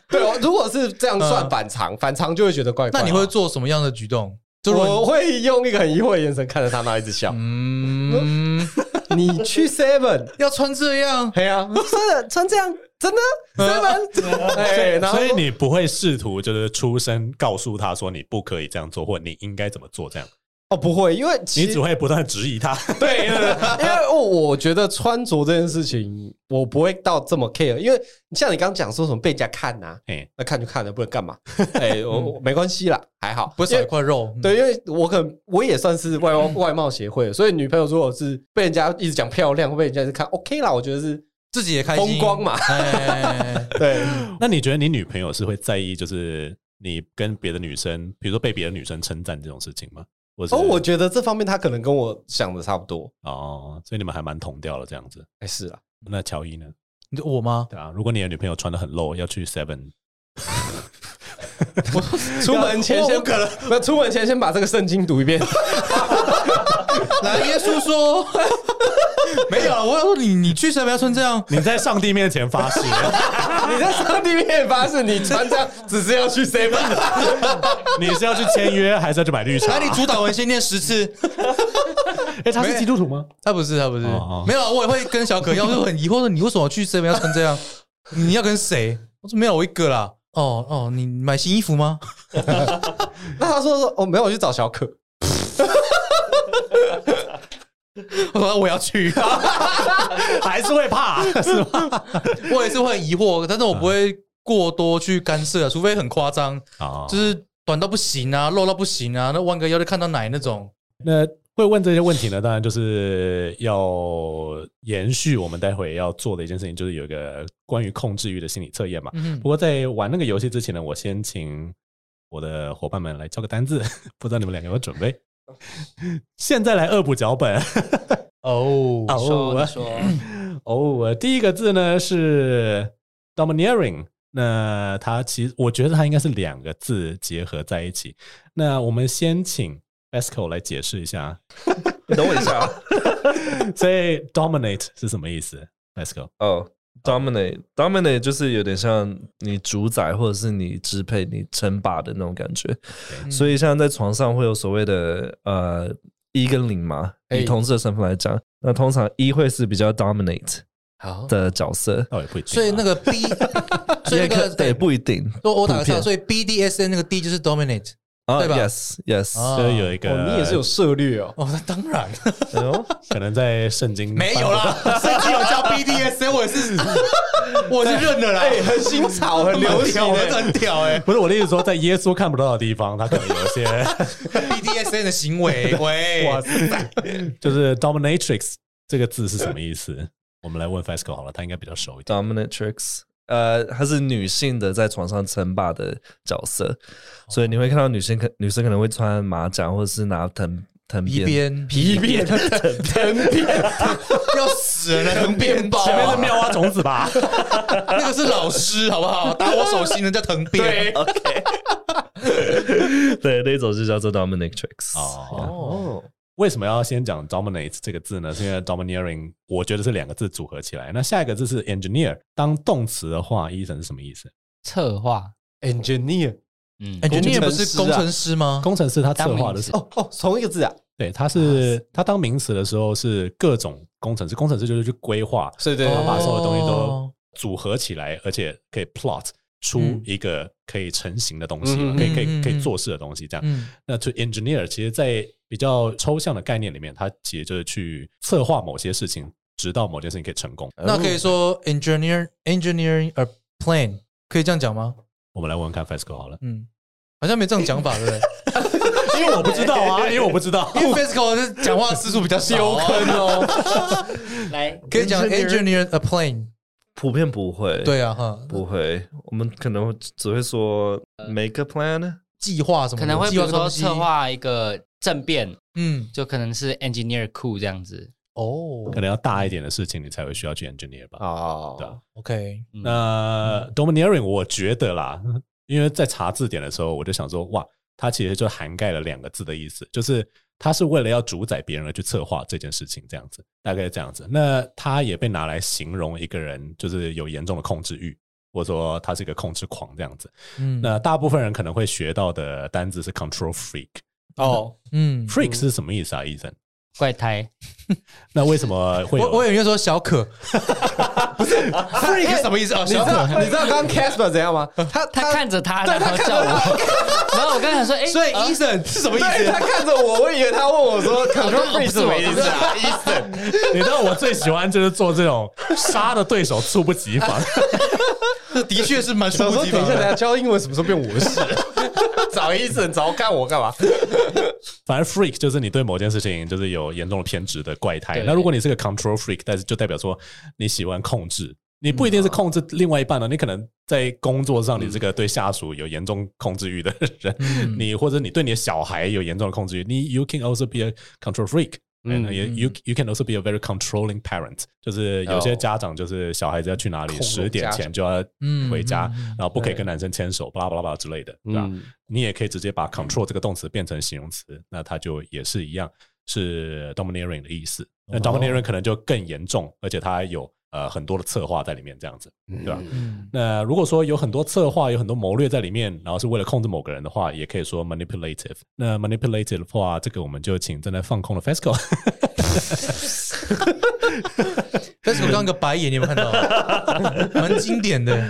B: 对哦，如果是这样算反常，反常就会觉得怪怪。
A: 那你会做什么样的举动？就如果你
B: 我会用一个很疑惑的眼神看着他，那一直笑。
A: 嗯， [LAUGHS]
B: 你去 seven，
A: 要穿这样，
B: 哎呀，真的穿这样，真的 [LAUGHS] seven，哎，嗯然后
D: 所以你不会试图就是出声告诉他说你不可以这样做，或你应该怎么做这样，
B: 哦不会，因为
D: 你
B: 其实
D: 只会不断地质疑他。 [LAUGHS]
B: 对，对对因为我我觉得穿着这件事情，我不会到这么 care，因为像你刚刚讲说什么被人家看呐、
D: 哎，
B: 那看就看了，不能干 [LAUGHS] 嘛？哎，我我没关系啦，还好，
A: 不会
B: 因
A: 少
B: 为
A: 一块肉。嗯，
B: 对，因为我可能我也算是外貌外貌协会，所以女朋友如果是被人家一直讲漂亮，或被人家一直看 OK 啦，我觉得是
A: 自己也开心，
B: 风光嘛
A: 哎。哎哎哎哎
B: 对，
D: 那你觉得你女朋友是会在意就是你跟别的女生，比如说被别的女生称赞这种事情吗？或是
B: 哦，我觉得这方面她可能跟我想的差不多。
D: 哦，所以你们还蛮同调的这样子。
B: 哎，是啦，
D: 那乔伊呢？
A: 你说我吗？
D: 对啊，如果你的女朋友穿的很露，要去 Seven，
B: [LAUGHS] 出门前先可能，那出门前先把这个圣经读一遍。 [LAUGHS]
A: 来，耶稣说 [LAUGHS] 没有，啊我说你你去神庙村这样，
D: 你在上帝面前发誓，
B: 你在上帝面前发誓，你穿这样只是要去 seven，
D: [LAUGHS] 你是要去签约还是要去买绿茶
A: 来？你主导文先念十次。
D: 哎，他是基督徒吗？
A: 他不是，他不是，
D: 哦哦
A: 没有，啊我也会跟小可一样，我就很疑惑说你为什么去这边要穿这样？你要跟谁？我说没有，我一个啦。哦哦，你买新衣服吗？
B: [LAUGHS] 那他说说哦，没有，我去找小
D: [LAUGHS]
B: 可。
A: 我说 [LAUGHS] 我要去，
D: 还是会怕？啊
B: [LAUGHS]
D: [LAUGHS] 是吗？
A: 我也是会很疑惑，但是我不会过多去干涉、啊，除非很夸张，
D: 啊
A: 就，是短到不行啊，露到不行啊，那弯个腰就看到奶那种。
D: 那会问这些问题呢？当然就是要延续我们待会要做的一件事情，就是有一个关于控制欲的心理测验嘛。
A: 嗯
D: 不，过在玩那个游戏之前呢，我先请我的伙伴们来交个单字， [LAUGHS] 不知道你们两个有没有
A: [LAUGHS]
D: 准备？现在来恶补脚本
A: 哦，
D: [LAUGHS] 哦
C: 说
D: 我
C: 说，
D: 哦，我第一个字呢是 domineering。那它其实，我觉得它应该是两个字结合在一起。那我们先请 Basco 来解释一下，
E: [LAUGHS] 你等我一下啊。
D: 所以 dominate 是什么意思？Basco，
E: 哦、d o m i n a t e dominate 就是有点像你主宰或者是你支配、你称霸的那种感觉。所以像在床上会有所谓的呃一跟零嘛，
A: 哎
E: 以同志的身份来讲，那通常一会是比较 dominate
A: 好，
E: 的角色，
D: 倒也不一定啊。
A: 所以那个 B，所以那
E: 也可
A: 个
E: 对不一定
A: 我我打个
E: 普
A: 岔，
E: 遍
A: 所以 BDSN 那个 D 就是 dominate。
E: 啊
A: 对吧
E: ，yes yes，、
A: 啊
D: 所以有一
B: 哦，
D: 个，
B: 你也是有涉略哦。
A: 哦，那当然
E: 哎呦，
D: 可能在圣
A: [LAUGHS]
D: 经
A: 没有啦，甚至有 [LAUGHS] 叫 BDSN，我也 [LAUGHS] 是我是认的啦。
B: 哎，很新潮，很流行
A: 我
B: 欸。
A: 们这很屌哎、
D: 不是我的意思说，在耶稣看不到的地方，他可能有一
A: [LAUGHS]
D: 些
A: BDSN 的行为，喂，
D: 哇塞，就是 dominatrix 这个字是什么意思？我们来问 Fasco 好了，他应该比较熟一点。
E: dominatrix，呃，她是女性的在床上称霸的角色，
A: 哦
E: 所以你会看到女性可女生可能会穿马甲或者是拿藤藤
A: 皮鞭
E: 鞭。
B: 皮鞭、藤鞭，
A: [LAUGHS] 要死人了，藤鞭包、
D: 前面是妙蛙种
A: [LAUGHS]
D: 子吧？
A: 啊那个是老师好不好？打我手心的叫藤鞭，
E: [LAUGHS] 对，那种就叫做 dominatrix。
D: 哦，
B: [LAUGHS] 哦，
D: 为什么要先讲 dominate 这个字呢？是因为 domineering 我觉得是两个字组合起来。那下一个字是 engineer，当动词的话，伊森是什么意思？
C: 策划，
B: engineer
C: 嗯，
A: 感觉哎你也不是
B: 工
A: 工
B: 程
A: 程师吗？
D: 工程师他策划
C: 当
D: 的
C: 名
D: 是
C: 词
D: 哦，
B: 哦哦，同一个字啊，
D: 对，他是他当名词的时候是各种工程师，工程师就是去规划，
B: 对对
D: 然
B: 对
D: 后把所有东西
A: 哦
D: 都组合起来，而且可以 plot 出
A: 嗯
D: 一个可以成型的东西嘛，
B: 嗯
D: 可以
A: 嗯
D: 可
A: 嗯
D: 以可以
A: 嗯
D: 做事的东西。这样，
A: 嗯，
D: 那 to engineer 其实，在比较抽象的概念里面，它其实就是去策划某些事情，直到某件事情可以成功。
A: 那可以说 engineer engineering a plan，可以这样讲吗？，
D: 我们来问问看 E FESCO 好了
A: 嗯，好像没这种讲法，对不对？
D: 因为我不知道啊，因为我不知道。
A: [LAUGHS] 因为 Fisco 是讲话次数比较少，有可能哦，
C: 来，
A: [LAUGHS] 可以讲 engineer a plan，
E: 普遍不会，，
A: 对啊，哈，
E: 不会，我们可能只会说 make a plan，
A: 计划什么的
C: 可能会比
A: 计划
C: 如
A: 这个东
C: 说
A: 西
C: 策，划一个政变，
A: 嗯，
C: 就可能是 engineer cool 这样子。
A: 哦
D: 可能要大一点的事情，你才会需要去 engineer 吧。对
B: 哦
D: 啊，
A: ，OK，
C: 嗯
D: 那 domineering 我觉得啦，因为在查字典的时候，我就想说，哇，它其实就涵盖了两个字的意思，就是它是为了要主宰别人而去策划这件事情，这样子，大概是这样子。那它也被拿来形容一个人就是有严重的控制欲，或者说他是一个控制狂这样子。
A: 嗯，
D: 那大部分人可能会学到的单字是 control freak。
B: 哦，
A: 嗯，
D: freak 是什么意思啊，医生？
C: 怪胎，
D: 那为什么会有？
A: 我我以为说小可， [LAUGHS]
B: freak
A: 什么意思啊？
B: 你知
A: 小
B: 道
A: 可，
B: 你知道刚刚 Casper 怎样吗？他
C: 他看着他，然后叫我，然后我刚才想说，哎，
A: 所以
C: 啊
A: Eason 是什么意
B: 对他
A: 思？
B: 看着我，我以为他问我 [LAUGHS] 说 control freak 是什么意思 [LAUGHS] 啊？
D: 你知道我最喜欢就是做这种杀的对手猝不
A: [LAUGHS]
D: 及防。
A: 这的确是蛮猝
B: 我
A: 不
B: 说
A: 及
B: 等一
A: 防
B: 下，等一
A: 的。
B: 下教英文什么时候变我的事？ [LAUGHS] 找医生找干我干嘛？
D: 反而 freak 就是你对某件事情就是有严重的偏执的怪胎。
C: 对
D: 那如果你是个 control freak，但是就代表说你喜欢控制，你不一定是控制另外一半哦的，你可能在工作上你是个对下属有严重控制欲的人，你或者你对你的小孩有严重的控制欲，你 you can also be a control freak。嗯，
C: 嗯
D: 也 you you can also be a very controlling parent，就是有些家长就是小孩子要去哪里，
B: 控
D: 十
B: 制
D: 点
B: 家
D: 前
B: 长
D: 就要
A: 嗯
D: 回家
A: 嗯嗯，
D: 然后不可以
B: 对
D: 跟男生牵手，巴拉巴拉巴拉之类的，对吧？
B: 嗯，
D: 你也可以直接把 control 这个动词变成形容词，那它就也是一样是 domineering 的意思。那 domineering 可能就更严重，而且它有呃很多的策划在里面，这样子，对吧？
A: 嗯
D: 那如果说有很多策划、有很多谋略在里面，然后是为了控制某个人的话，也可以说 manipulative。那 manipulative 的话，这个我们就请正在放空的 FESCO [LAUGHS]
A: 但是我刚刚有个白眼，你有没有看到？蛮经典的，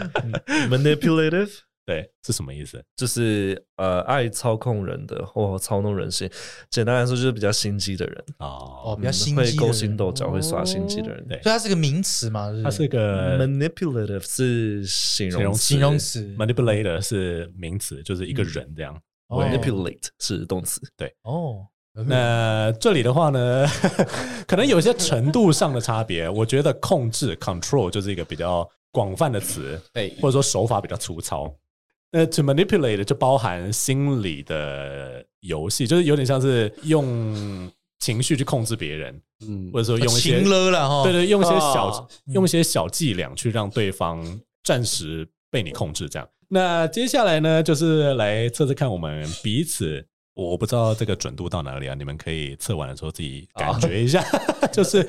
E: manipulative
D: 对是什么意思？
E: [LAUGHS] 就是呃爱操控人的或操弄人心，简单来说就是比较心机的人，
A: 哦，
D: 哦，
A: 比较心
E: 会
A: 机的
E: 勾
A: 人，哦
E: 心斗角、会耍心机的人。
D: 对
A: 所以它是个名词嘛，是不
D: 它是个
E: manipulative 是形容词
A: 形容词
D: manipulator 是名词，就是一个人这样。
A: 哦
E: ，manipulate 是动词。
A: 哦，
D: [LAUGHS] 那这里的话呢， [LAUGHS] 可能有些程度上的差别。我觉得控制 （control） 就是一个比较广泛的词，
B: 对
D: 或者说手法比较粗糙。那 to manipulate 就包含心理的游戏，就是有点像是用情绪去控制别人，
B: 嗯
D: 或者说用一些
A: 情勒了哈，
D: 对对，用一些小、
B: 啊
D: 用一些小伎俩去让对方暂时被你控制，这样。那接下来呢，就是来测测看我们彼此。我不知道这个准度到哪里啊，你们可以测完了之后自己感觉一下。 [LAUGHS] 就是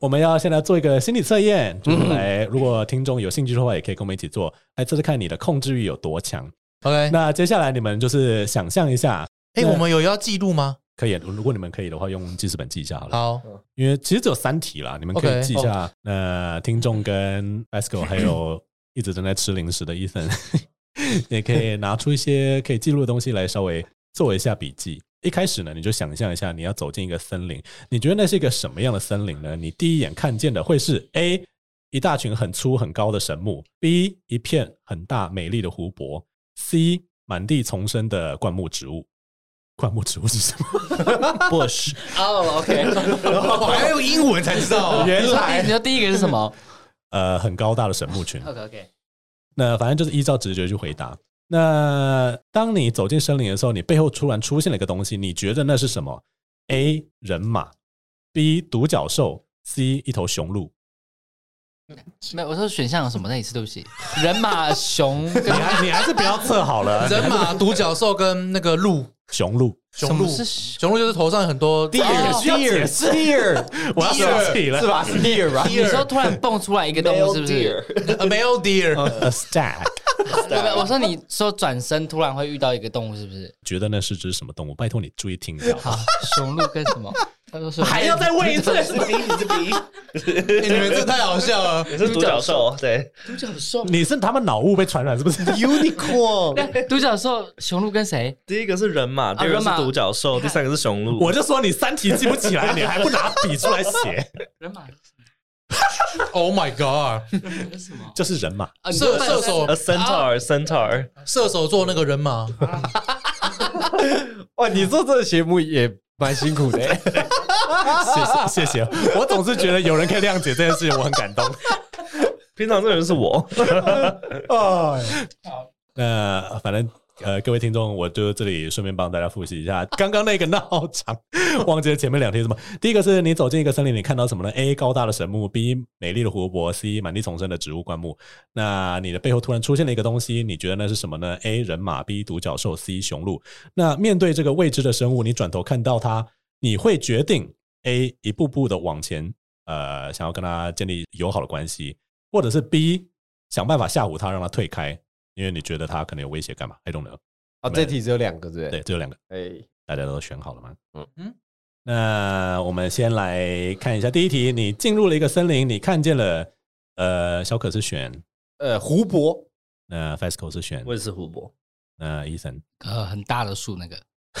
D: 我们要现在做一个心理测验，就是来，如果听众有兴趣的话，也可以跟我们一起做，来测测看你的控制欲有多强。
A: ，OK，
D: 那接下来你们就是想象一下，
A: 哎，我们有要记录吗？
D: 可以，如果你们可以的话，用记事本记一下好了。
A: 好，
D: 因为其实只有三题啦，你们可
A: OK，
D: 以记一下。呃，听众跟 Esco 还有一直正在吃零食的 Ethan，也可以拿出一些可以记录的东西来稍微做一下笔记。一开始呢，你就想象一下，你要走进一个森林，你觉得那是一个什么样的森林呢？你第一眼看见的会是 A 一大群很粗很高的神木，B 一片很大美丽的湖泊，C 满地丛生的灌木植物。灌木植物是什么？，
C: Bush，
B: 哦，OK，
A: 我还要用英文才知道
D: 原
C: 你说第一个是什么
D: 呃，很高大的神木群。
C: ？OK OK，
D: 那反正就是依照直觉去回答。那当你走进森林的时候，你背后突然出现了一个东西，你觉得那是什么？A 人马，B 独角兽，C 一头雄鹿。
C: 没有，我说选项有什么？那一次对不起，人马熊跟
D: 你还你还是不要测好了，
A: 人马、独角兽跟那个鹿，
D: [LAUGHS] 雄鹿。
A: 雄鹿
C: 什么是熊
A: 雄鹿就是头上很多 [LAUGHS]
B: Deer
C: 哦
B: 需要解释，Deer
D: 我要生气了
B: 是吧？是 Deer 吧？
C: 你说突然蹦出来一个动物，是不是？
B: Deer，
A: A male 呃 deer，
D: A stag，
C: 对不对？我说你说转身突然会遇到一个动物，是不是？
D: 觉得那是只什么动物？拜托你注意听到。
C: 好，雄鹿跟什么？他说是
B: 还要再问一次？
A: 欸 [LAUGHS] 你们这太好笑了。
E: 也是独角兽，对，
C: 独角兽，
D: 你是他们脑雾被传染是不是
E: unicorn。
C: 独角兽，雄鹿跟谁？
E: 第一个是人
A: 啊
E: 马，第二个
C: 人
E: 是
C: 马
E: 独角
A: [LAUGHS]
E: 兽，第三个是雄鹿。
D: [LAUGHS] 我就说你三题记不起来，你还不拿笔出来写， [LAUGHS]
C: 人马
A: Oh my god！
C: 跟什么？
D: 就是人马。
C: 啊你
A: 射
C: 说
A: 射手
E: A centaur,
A: [LAUGHS]
E: centaur，
A: 射手座那个人马，
B: 哇，你做这个节目也蛮辛苦的欸，
D: 谢谢谢谢，我总是觉得有人可以谅解这件事情，我很感动。
E: 平常这个人是我。
B: 哦
D: 那反正呃，各位听众，我就这里顺便帮大家复习一下 [LAUGHS] 刚刚那个闹场，忘记了前面两题是什么。第一个是你走进一个森林，你看到什么呢？A 高大的神木，B 美丽的湖泊，C 满地丛生的植物灌木。那你的背后突然出现了一个东西，你觉得那是什么呢？A 人马，B 独角兽，C 雄鹿。那面对这个未知的生物，你转头看到它，你会决定 A 一步步的往前，呃，想要跟它建立友好的关系，或者是 B 想办法吓唬它，让它退开。因为你觉得他可能有威胁，干嘛？I don't know。
B: 哦，这题只有两个，对不哎
D: 对，？这有两个，
B: 对，
D: 大家都选好了吗？嗯
B: 嗯
A: 嗯
D: 嗯。那我们先来看一下第一题，你进入了一个森林，你看见了，呃，小可是选，
B: 哎，呃，湖泊，
D: 那 Fasco 是选
E: 我，也是胡博，
D: 那 Ethan
C: 呃，很大的树那个，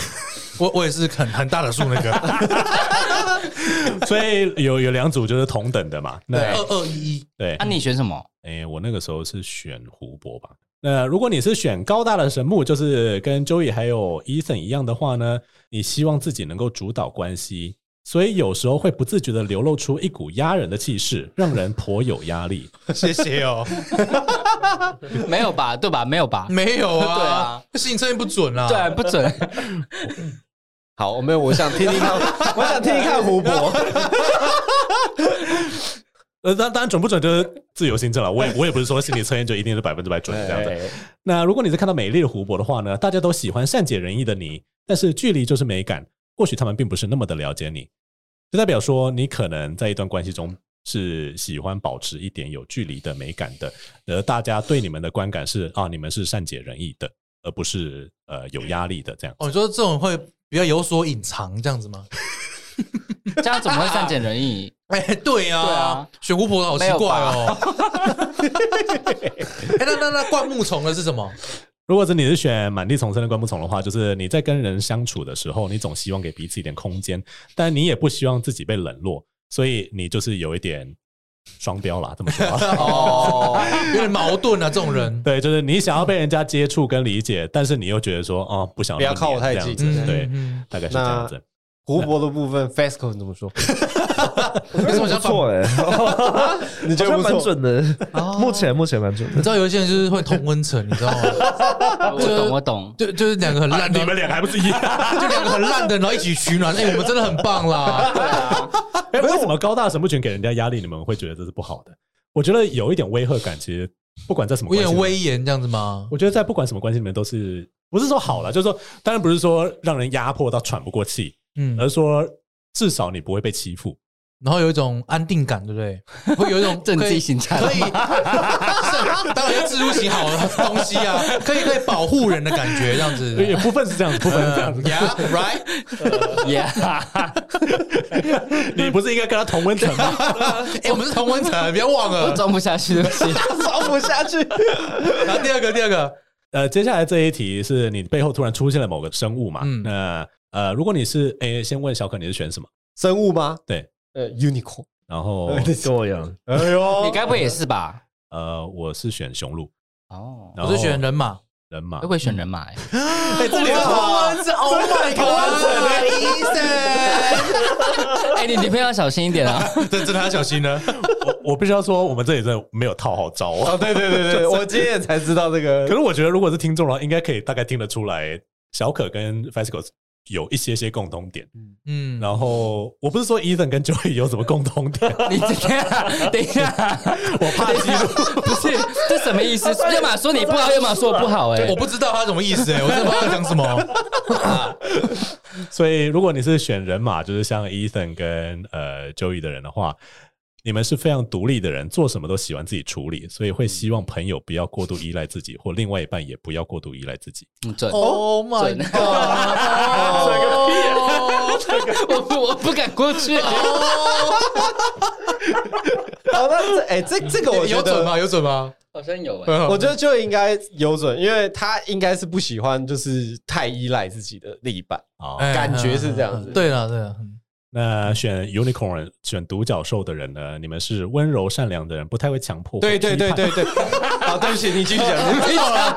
A: [LAUGHS] 我我也是很很大的树那个 [LAUGHS]
D: 所以有有两组就是同等的嘛。
A: 二
D: 那
A: 二一一，
D: 对
C: 啊，，你选什么？
D: 哎，我那个时候是选湖泊吧。那如果你是选高大的神木，就是跟 Joey 还有 Ethan 一样的话呢，你希望自己能够主导关系，所以有时候会不自觉的流露出一股压人的气势，让人颇有压力。
A: 谢谢 [LAUGHS] 哦。
C: [LAUGHS] 没有吧？
A: 嗯
C: 对吧？没有吧？
A: [LAUGHS] 没有啊，
C: 对啊
A: 这事情真的不准啊。
C: 对，不准。
B: 好，没有，我想听听看， [LAUGHS] 我想听听看胡博。
D: 呃，当当然准不准就是自由心证了。我也我也不是说心理测验就一定是百分之百准这样子。
B: 对
D: 那如果你是看到美丽的湖泊的话呢，大家都喜欢善解人意的你，但是距离就是美感，或许他们并不是那么的了解你，就代表说你可能在一段关系中是喜欢保持一点有距离的美感的，而大家对你们的观感是啊，你们是善解人意的，而不是呃有压力的这样。
A: 哦，你说这种会比较有所隐藏这样子吗？
C: 这样怎么会善解人意？
A: 哎、对呀、
C: 对啊
A: 选巫婆好奇怪哦。 [LAUGHS] 哎、那那那灌木丛的是什么？
D: 如果是你是选满地丛生的灌木丛的话，就是你在跟人相处的时候，你总希望给彼此一点空间，但你也不希望自己被冷落，所以你就是有一点双标啦，这么说啊吧。
A: 哦，有点矛盾啊，这种人。
D: 对，就是你想要被人家接触跟理解，但是你又觉得说，哦，不想
B: 不要
D: 那么
B: 靠我
D: 黏
B: 太
D: 这样
B: 近
D: 子
B: 嗯
D: 对，
A: 嗯
D: 大概是这样子。
B: 胡博的部分 f a s c o 你怎么说？
E: 没
A: 什么
E: 不
A: 想法
E: 错哎， [LAUGHS]
B: 你觉
E: 好
B: 得不
E: 像蛮
B: 错？
E: 准的
A: 哦，
E: 目前目前蛮准
A: 你
E: 的。
A: 知道有一些人就是会同温层，你知道吗？ [LAUGHS]
C: 我懂，我懂。
A: 就就是两个很烂的，
D: 啊你们俩还不是一 [LAUGHS] 样？
A: 就两个很烂的，然后一起取暖。哎、我们真的很棒啦！
D: 哎，为什么高大神不群给人家压力，你们会觉得这是不好的？我觉得有一点威吓感，其实不管在什么
A: 有
D: 关系
A: 点
D: 里面
A: 威严这样子吗？
D: 我觉得在不管什么关系里面都是，不是说好了，就是说，当然不是说让人压迫到喘不过气，
A: 嗯，
D: 而是说至少你不会被欺负。
A: 然后有一种安定感，对不对？会有一种
C: [LAUGHS] 政
A: 可以
C: 治型家
A: 可以， [LAUGHS] 是当然要自助型好的东西啊，可以可以保护人的感觉，这样
D: [LAUGHS]
A: 子。
D: 也部分是这样子，部分是这样子。
A: Yeah, right.
C: Yeah，
D: [LAUGHS] 你不是应该跟他同温层吗？
A: 哎、我们是同温层，不要忘
C: 我
A: 了。
C: 装不下去，对不起。
B: 装不下去。
A: 然后第二个，第二个，
D: 呃，接下来这一题是你背后突然出现了某个生物嘛？
A: 嗯
D: 那呃，如果你是哎、先问小可你是选什么？
B: 生物吗？
D: 对，
B: 呃，unicorn。
D: 然后
E: 跟我一样，
B: 哎呦
C: 你该不会也是吧？
D: 呃，我是选雄鹿，
C: 哦，
D: 然
A: 我
D: 后
A: 是选人马。
D: 人马
C: 会不。会选人马？欸
A: 哎、这里同温层，Oh my God，医生，
C: 哎，你女朋友要小心一点啊！
D: [LAUGHS]
A: 这真的要小心了。
D: 我我必须要说，我们这里真的没有套好招啊
B: 哦，。对对对对，我今天也才知道这个
D: 可。是我觉得，如果是听众的话，应该可以大概听得出来，小可跟 Fasco 有一些些共通点。
A: 嗯，
D: 然后我不是说 Ethan 跟 Joey 有什么共通
A: [LAUGHS]
D: 点，
C: 你等一下，等一下，
D: 我怕激怒。
C: 不是这什么意思？要么说你不好，要么说我不好，哎
A: 我，不知道他什么意思、哎，我真的不知道他讲什么。
D: 所以，如果你是选人马，就是像 Ethan 跟呃 Joey 的人的话，你们是非常独立的人，做什么都喜欢自己处理，所以会希望朋友不要过度依赖自己，或另外一半也不要过度依赖自己。
C: 很嗯
A: [LAUGHS]
C: 准。
A: Oh my
C: 真
A: God，
C: 的
A: 哦
C: 我不我不敢过去。
B: 好，那这哎，这这个我觉
A: 有准
B: 得，
A: 吗？有准吗？嗯
C: 好像有哎，
A: 我
B: 我觉得就应该有准，因为他应该是不喜欢就是太依赖自己的另一半。
D: 啊、
A: 哎
B: 感觉是这样子
A: 对了，对了，嗯
D: 那选 Unicorn 人选独角兽的人呢？你们是温柔善良的人，不太会强迫。
B: 对对对。对对。好，对不起，你继续讲。
A: 听懂了，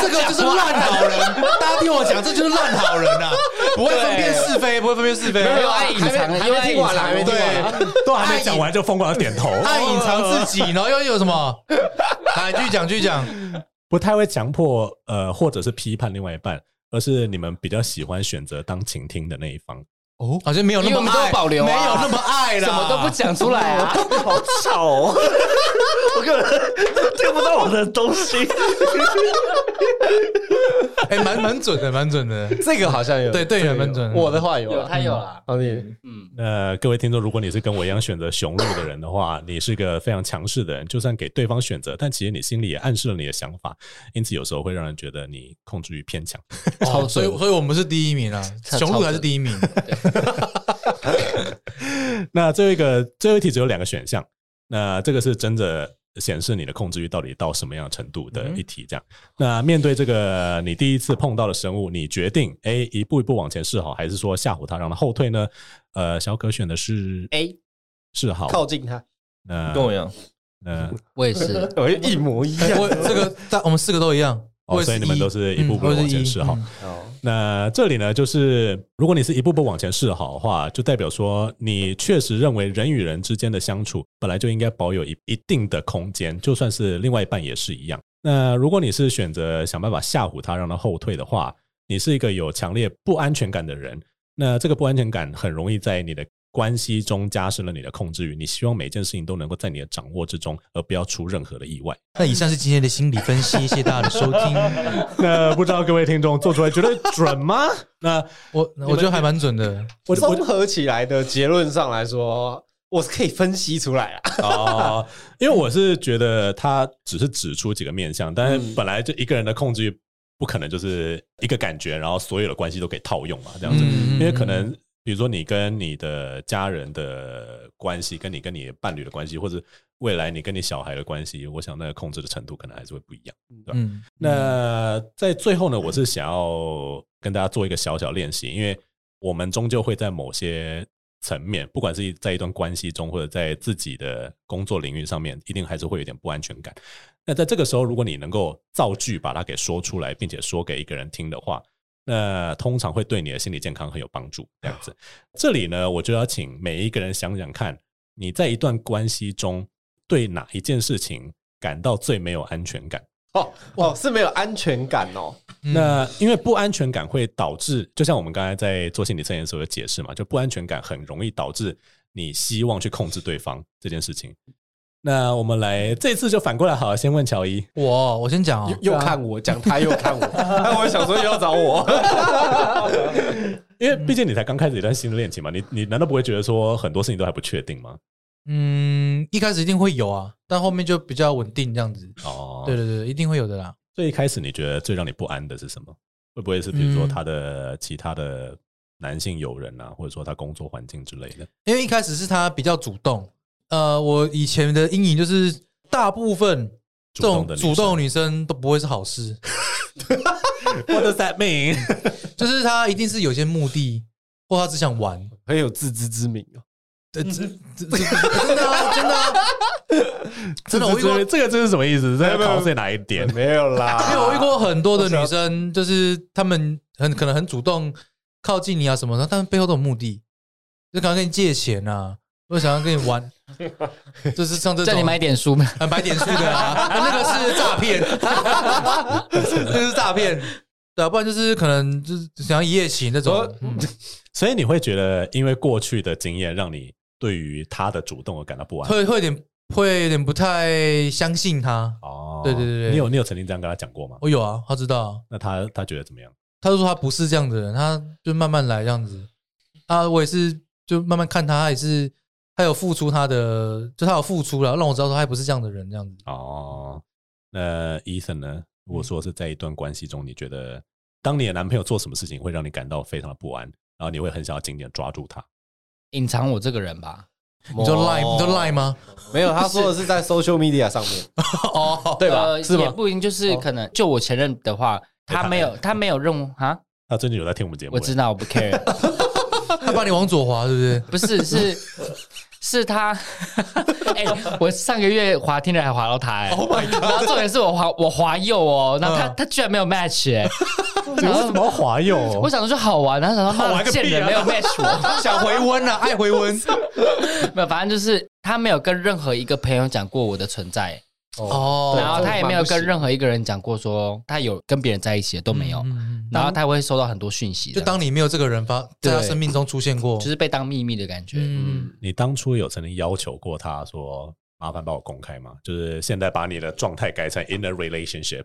A: 这个就是烂好人。大家听我讲，这就是烂好人呐、啊，不会分辨是非，不会分辨是非，
C: 没有爱隐藏
B: 还没
C: 又爱
B: 听完了，还没
C: 隐
B: 听
C: 藏
B: 完了。
A: 哎对，
D: 都还没讲完就疯狂的点头，
A: 爱隐藏自己，然后又有什么？来，继续讲，继续讲。
D: 不太会强迫呃，或者是批判另外一半，而是你们比较喜欢选择当倾听的那一方。
A: 哦，好像没有那
C: 因为我
A: 么
C: 们都有
A: 爱，
C: 保留啊
A: 没有那么爱啦，
C: 什么都不讲出来啊！
E: 好吵哦！我根本听不到我的东西。
A: 哎、蛮蛮准的，蛮准的。
B: 这个好像有，
A: 对对
B: 这个
A: 原
B: 有
A: 本准
B: 我的话有啊，
C: 有啦，
B: 好你
C: 嗯，
D: 那各位听众，如果你是跟我一样选择雄鹿的人的话，你是个非常强势的人，就算给对方选择，但其实你心里也暗示了你的想法，因此有时候会让人觉得你控制欲偏强。 [LAUGHS]
A: 哦，所以所以我们是第一名啦，
C: 超
A: 雄鹿还是第一
D: [LAUGHS]
A: 名。
D: 那最后一个最后一题只有两个选项，那这个是真的显示你的控制欲到底到什么样的程度的一题。这样，那面对这个你第一次碰到的生物，你决定 A 一步一步往前示好，还是说吓唬他让他后退呢？呃，小可选的是
C: A
D: 示好，
B: 靠近他，
D: 那
E: [LAUGHS] 哎跟我一样，
D: 那
C: 我也是。
B: 我一模一样。
A: 我这
D: [LAUGHS]
A: 个大，我们四个都一样。我
D: 哦，
A: 也
D: 所以你们都是一步步
A: 嗯
D: 地
A: 我也
D: 往
A: 是
D: 前
A: 一
D: 示好。
A: 嗯
D: 那这里呢，就是如果你是一步步往前示好的话，就代表说你确实认为人与人之间的相处本来就应该保有一一定的空间，就算是另外一半也是一样。那如果你是选择想办法吓唬他，让他后退的话，你是一个有强烈不安全感的人。那这个不安全感很容易在你的关系中加深了你的控制欲。你希望每件事情都能够在你的掌握之中，呃而不要出任何的意外。
A: 那以上是今天的心理分析，谢谢大家的收
D: [LAUGHS]
A: 听。
D: 那不知道各位听众做出来觉得准吗？那
A: 我我觉得还蛮准的，
D: 我我
B: 综合起来的结论上来说，我是可以分析出来啊。
D: [LAUGHS] 哦，因为我是觉得他只是指出几个面相，但是本来就一个人的控制欲不可能就是一个感觉，然后所有的关系都可以套用嘛，这样子，
A: 嗯
D: 因为可能比如说你跟你的家人的关系，跟你跟你的伴侣的关系，或者未来你跟你小孩的关系，我想那个控制的程度可能还是会不一样。
A: 嗯，
D: 那在最后呢，我是想要跟大家做一个小小练习，因为我们终究会在某些层面，不管是在一段关系中，或者在自己的工作领域上面，一定还是会有点不安全感。那在这个时候，如果你能够造句把它给说出来，并且说给一个人听的话，那通常会对你的心理健康很有帮助。这样子，这里呢，我就要请每一个人想想看，你在一段关系中对哪一件事情感到最没有安全感。
B: 哦哦，是没有安全感哦。
A: 嗯
D: 那因为不安全感会导致，就像我们刚才在做心理测验的时候有解释嘛，就不安全感很容易导致你希望去控制对方这件事情。那我们来这次就反过来好了，先问乔伊，
A: 我我先讲哦，
B: 又又看我讲他，又看我，那我想说又要找我。
D: 因为毕竟你才刚开始一段新的恋情嘛，你你难道不会觉得说很多事情都还不确定吗？
A: 嗯，一开始一定会有啊，但后面就比较稳定这样子。
D: 哦，
A: 对对对，一定会有的啦。
D: 最一开始你觉得最让你不安的是什么？会不会是比如说
A: 嗯
D: 他的其他的男性友人啊，或者说他工作环境之类的？
A: 因为一开始是他比较主动，呃，我以前的阴影就是大部分这种
D: 的
A: 主动的女生都不会是好事，
D: ，What does that
E: [LAUGHS]
D: mean？
A: 就是她一定是有些目的，或她只想玩。
B: 很有自知之明哦。
A: 呃，这
C: 嗯
A: 这 [LAUGHS] 这真的啊，真的啊，真的我遇过
D: 这个这个这是什么意思？在
B: 没有没有
D: 考试哪一点？
B: 没有
A: [LAUGHS]
B: 啦，
A: 因为我遇过很多的女生，就是她们很可能很主动靠近你啊什么的，但是背后都有目的，就可能跟你借钱啊，或者想要跟你 [LAUGHS] 玩，就是像这
C: 叫
A: 种
C: 你买点书嘛。
A: 很白点数的
C: [LAUGHS]
A: 啊，那个是诈骗， [LAUGHS] 那个是诈骗。对啊，不然就是可能就是想要一夜情那种
B: 我，
A: 嗯
D: 所以你会觉得，因为过去的经验，让你对于他的主动而感到不安。
A: 会会有点会有点不太相信他。
D: 哦
A: 对对对对
D: 你有你有曾经这样跟他讲过吗？
A: 我有啊，他知道啊，
D: 那他他觉得怎么样？
A: 他就说他不是这样的人，他就慢慢来这样子。啊，我也是就慢慢看他，他也是他有付出他的，就他有付出了，让我知道说他也不是这样的人这样子。
D: 哦，那医生呢？如
A: 嗯
D: 果说是在一段关系中，你觉得当你的男朋友做什么事情会让你感到非常的不安，然后你会很想要紧紧地抓住他？
C: 隐藏我这个人吧，
A: 你就赖你就赖吗？
B: 没有，他说的是在 social media 上面，
A: 哦，
B: 对吧？
C: 呃
B: 是
C: 也
B: 吗？
C: 不一定，就是可能就我前任的话，他没有他没有任务啊，
D: 他最近有在听我们节目，欸
C: 我知道我不 care，
A: 他把你往左滑，对不对？
C: 不是是是他， [LAUGHS] 哎，我上个月滑听了还滑到他，哎
B: 哦
A: Oh my god！
C: 然后重点是我滑我滑右哦，然后他
A: 嗯
C: 他居然没有 match 哎，
D: 你为什么要滑右？
C: 我想说好玩，然后想
D: 好
C: 说
D: 玩
C: 妈
D: 个
C: 贱
D: 屁啊
C: 人没有 match 我。
A: 想回温啊，
B: 哎
A: 爱回温。
C: [LAUGHS] 没有，反正就是他没有跟任何一个朋友讲过我的存在，
A: 哦，
C: 然啊后他也没有跟
B: 任
C: 任何一个人讲过说他有跟别人在一起的都没有，
A: 嗯嗯嗯
C: 然后他会收到很多讯息这
A: 就
C: 样，
A: 当你没有这个人发在他
C: 对
A: 生命中出现过，
C: 就是被当秘密的感觉。
A: 嗯，
D: 你当初有曾经要求过他说麻烦把我公开吗？就是现在把你的状态改成 in a relationship。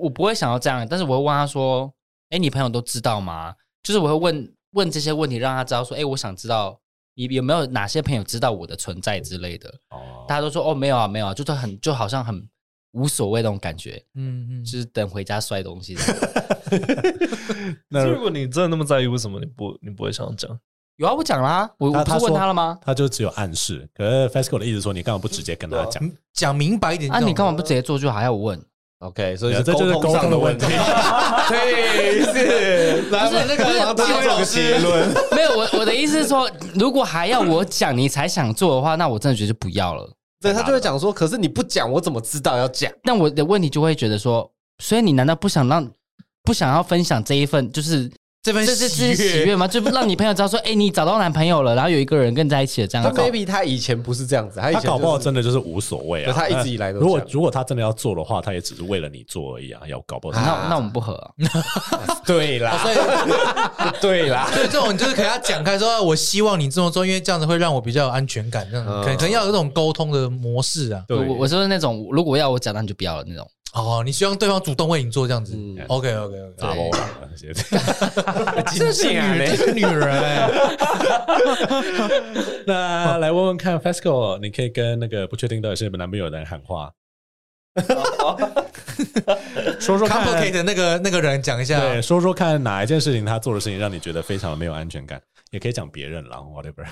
C: 我不会想要这样，但是我会问他说：“哎，你朋友都知道吗？”就是我会问问这些问题，让他知道说：“哎，我想知道你有没有哪些朋友知道我的存在之类的。”
D: 哦
C: 大家都说：“哦，没有啊，没有啊。”就是很就好像很无所谓那种感觉，
A: 嗯嗯，
C: 就是等回家摔东西这样。 [LAUGHS]
E: 那如果你真的那么在意，为什么你不你不会想要讲？
C: 有啊，我讲啦，我我
D: 他
C: 不
D: 他
C: 是问
D: 说
C: 他了吗？
D: 他就只有暗示。可是 FESCO 的意思说，你干嘛不直接跟他讲？
A: 嗯讲明白一点
C: 啊，
A: 这种
C: 你干嘛不直接做就好？还要我问？
B: OK，所以
D: 对
B: 是
D: 啊这就是沟
B: 通上
D: 通的
B: 的
D: 问
B: 问
D: 题
B: 题。。对，是，然后那个
C: 不是
B: 大众结论，
C: 没有，我我的意思是说，如果还要我讲你才想做的话，那我真的觉得就不要了。
B: [LAUGHS] 对他就会讲说，可是你不讲，我怎么知道要讲？
C: 那我的问题就会觉得说，所以你难道不想让不想要分享这一份就是
A: 这份
C: 这是这是喜
A: 喜 [LAUGHS]
C: 悦吗？就让你朋友知道说，哎、你找到男朋友了，然后有一个人跟你在一起了，这样
B: 他
C: 搞
B: maybe 他以前不是这样子，他以
D: 他
B: 前
D: 搞不好
B: 就是
D: 真的就是无所谓啊，
B: 他一直以来都
D: 如果
B: 这样
D: 如果他真的要做的话，他也只是为了你做而已啊，要搞不好
C: 那、
D: 他。 [LAUGHS]
B: 啊
C: 那我们不合、啊，
B: 对啦，
A: 所以
B: [LAUGHS] 对啦，
A: 所以这种你就是给他讲开说，啊我希望你这么做，因为这样子会让我比较有安全感，这样子
B: 嗯
A: 可能可能要有这种沟通的模式啊。
B: 对
C: 我我是那种如果要我讲，那你就不要了那种。
A: 哦，你希望对方主动为你做这样子
B: 嗯
A: ，OK OK OK，
D: 打包啦，谢
B: [LAUGHS]
D: 谢
B: 这是女
E: 啊
A: 这是女人
E: [LAUGHS]
A: 欸，
D: 那来问问看，Fasco，你可以跟那个不确定到底是男朋友的人喊话，说说看，
A: complicate 的那个那个人讲一下，
B: 啊
D: 对，说说看哪一件事情他做的事情让你觉得非常的没有安全感，也可以讲别人啦，whatever。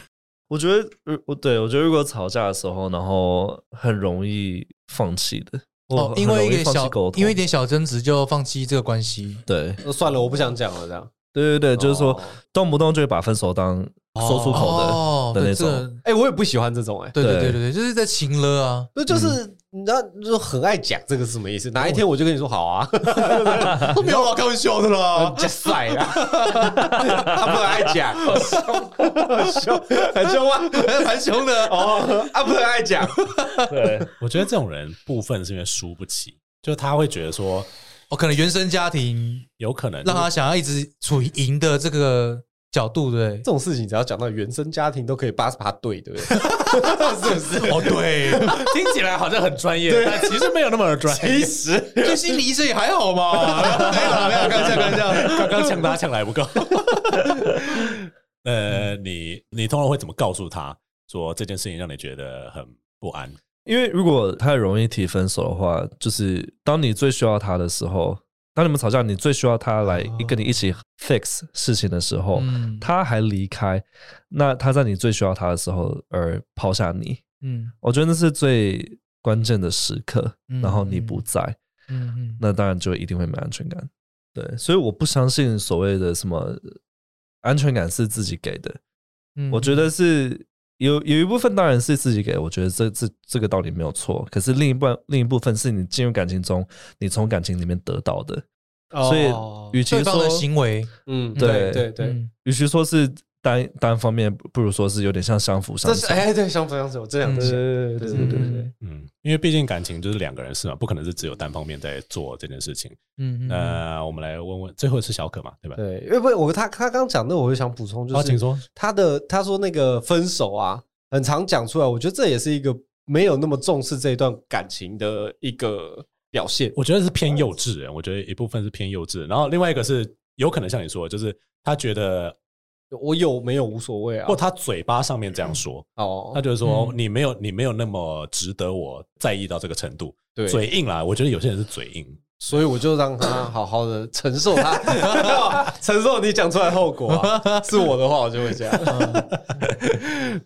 E: 我觉得，呃我对我觉得，如果吵架的时候，然后很容易放弃的，
A: 哦，
E: 我
A: 因为
E: 很
A: 一
E: 容易
A: 点
E: 放弃
A: 小
E: 沟，通
A: 因为一点小争执就放弃这个关系，
E: 对
B: 算了，我不想讲了，这样。
E: 对对对，就是说
B: 哦，
E: 动不动就会把分手当说出口的，
A: 哦，
E: 的
A: 对
E: 那种
A: 这个
B: 哎，我也不喜欢这种，哎，
A: 对对
E: 对
A: 对对对，就是在情了啊，
B: 那
D: 嗯
B: 就是你知道，就是很爱讲这个是什么意思？哪一
D: 哦
B: 天我就跟你说好啊，
A: 没有啊，开玩笑的啦。
B: 加塞啊， [LAUGHS] 他们很爱讲，很凶，很凶啊， [LAUGHS] 蛮凶的哦，他们很爱讲，
E: 对，
D: 我觉得这种人部分是因为输不起，就是他会觉得说，
A: 哦，可能原生家庭
D: 有可能
A: 让他想要一直处于赢的这个角度，对
B: 这种事情只要讲到原生家庭，都可以八十八对，对不对？ [LAUGHS] 是不是？
A: 不对？哦，对，
D: [LAUGHS] 听起来好像很专业，但其实没有那么专 [LAUGHS] 业。
B: 其实
A: 对心理医生也还好
E: [LAUGHS]
A: 嘛，没有啦，没有啦，开玩笑，开玩笑。
D: 刚刚呛他呛来不 [LAUGHS] 够。呃，你你通常会怎么告诉他说这件事情让你觉得很不安？
E: 因为如果太容易提分手的话，就是当你最需要他的时候，当你们吵架，你最需要他来跟你一起 fix 事情的时候，
A: 哦嗯，
E: 哦他还离开，那他在你最需要他的时候而抛下你，
A: 嗯
E: 我觉得那是最关键的时刻，
A: 嗯
E: 然后你不在，
A: 嗯嗯，
E: 那当然就一定会没安全感。对，所以我不相信所谓的什么安全感是自己给的，
A: 嗯
E: 我觉得是有有一部分当然是自己给的，我觉得这这这个道理没有错。可是另一半另一部分是你进入感情中，你从感情里面得到的，所以与其
A: 对方的
E: 说
A: 行为，
B: 哦嗯，对
E: 对
B: 对对，
A: 嗯
E: 与其说是单单方面，不如说是有点像相辅相
B: 这是
E: 成。
B: 哎，对，相反相反，我这两
A: 嗯
B: 对对
E: 对
B: 对
E: 对
B: 对
E: 对
B: 对
E: 对
B: 对，
D: 嗯，因为毕竟感情就是两个人事嘛，不可能是只有单方面在做这件事情。
A: 嗯嗯
D: 那、
E: 呃
D: 我们来问问，最后是小可嘛，对吧？
B: 对，因啊为不是我他他刚讲的，我就想补充，就
D: 好，请
B: 是
D: 说。
B: 他的他说那个分手啊，很常讲出来，我觉得这也是一个没有那么重视这一段感情的一个表现。
D: 我觉得是偏幼稚欸人，我觉得一部分是偏幼稚，然后另外一个是有可能像你说的，就是他觉得
B: 我有没有无所谓啊
D: 或？呃他嘴巴上面这样说，他
B: 哦，
D: 就是说
A: 嗯
D: 你没有你没有那么值得我在意到这个程度，
B: 对，
D: 嘴硬啦。我觉得有些人是嘴硬，
B: 所以我就让他好好的承受
D: [LAUGHS]
B: 他，承受你讲出来的后果啊。是我的话，我就会这样。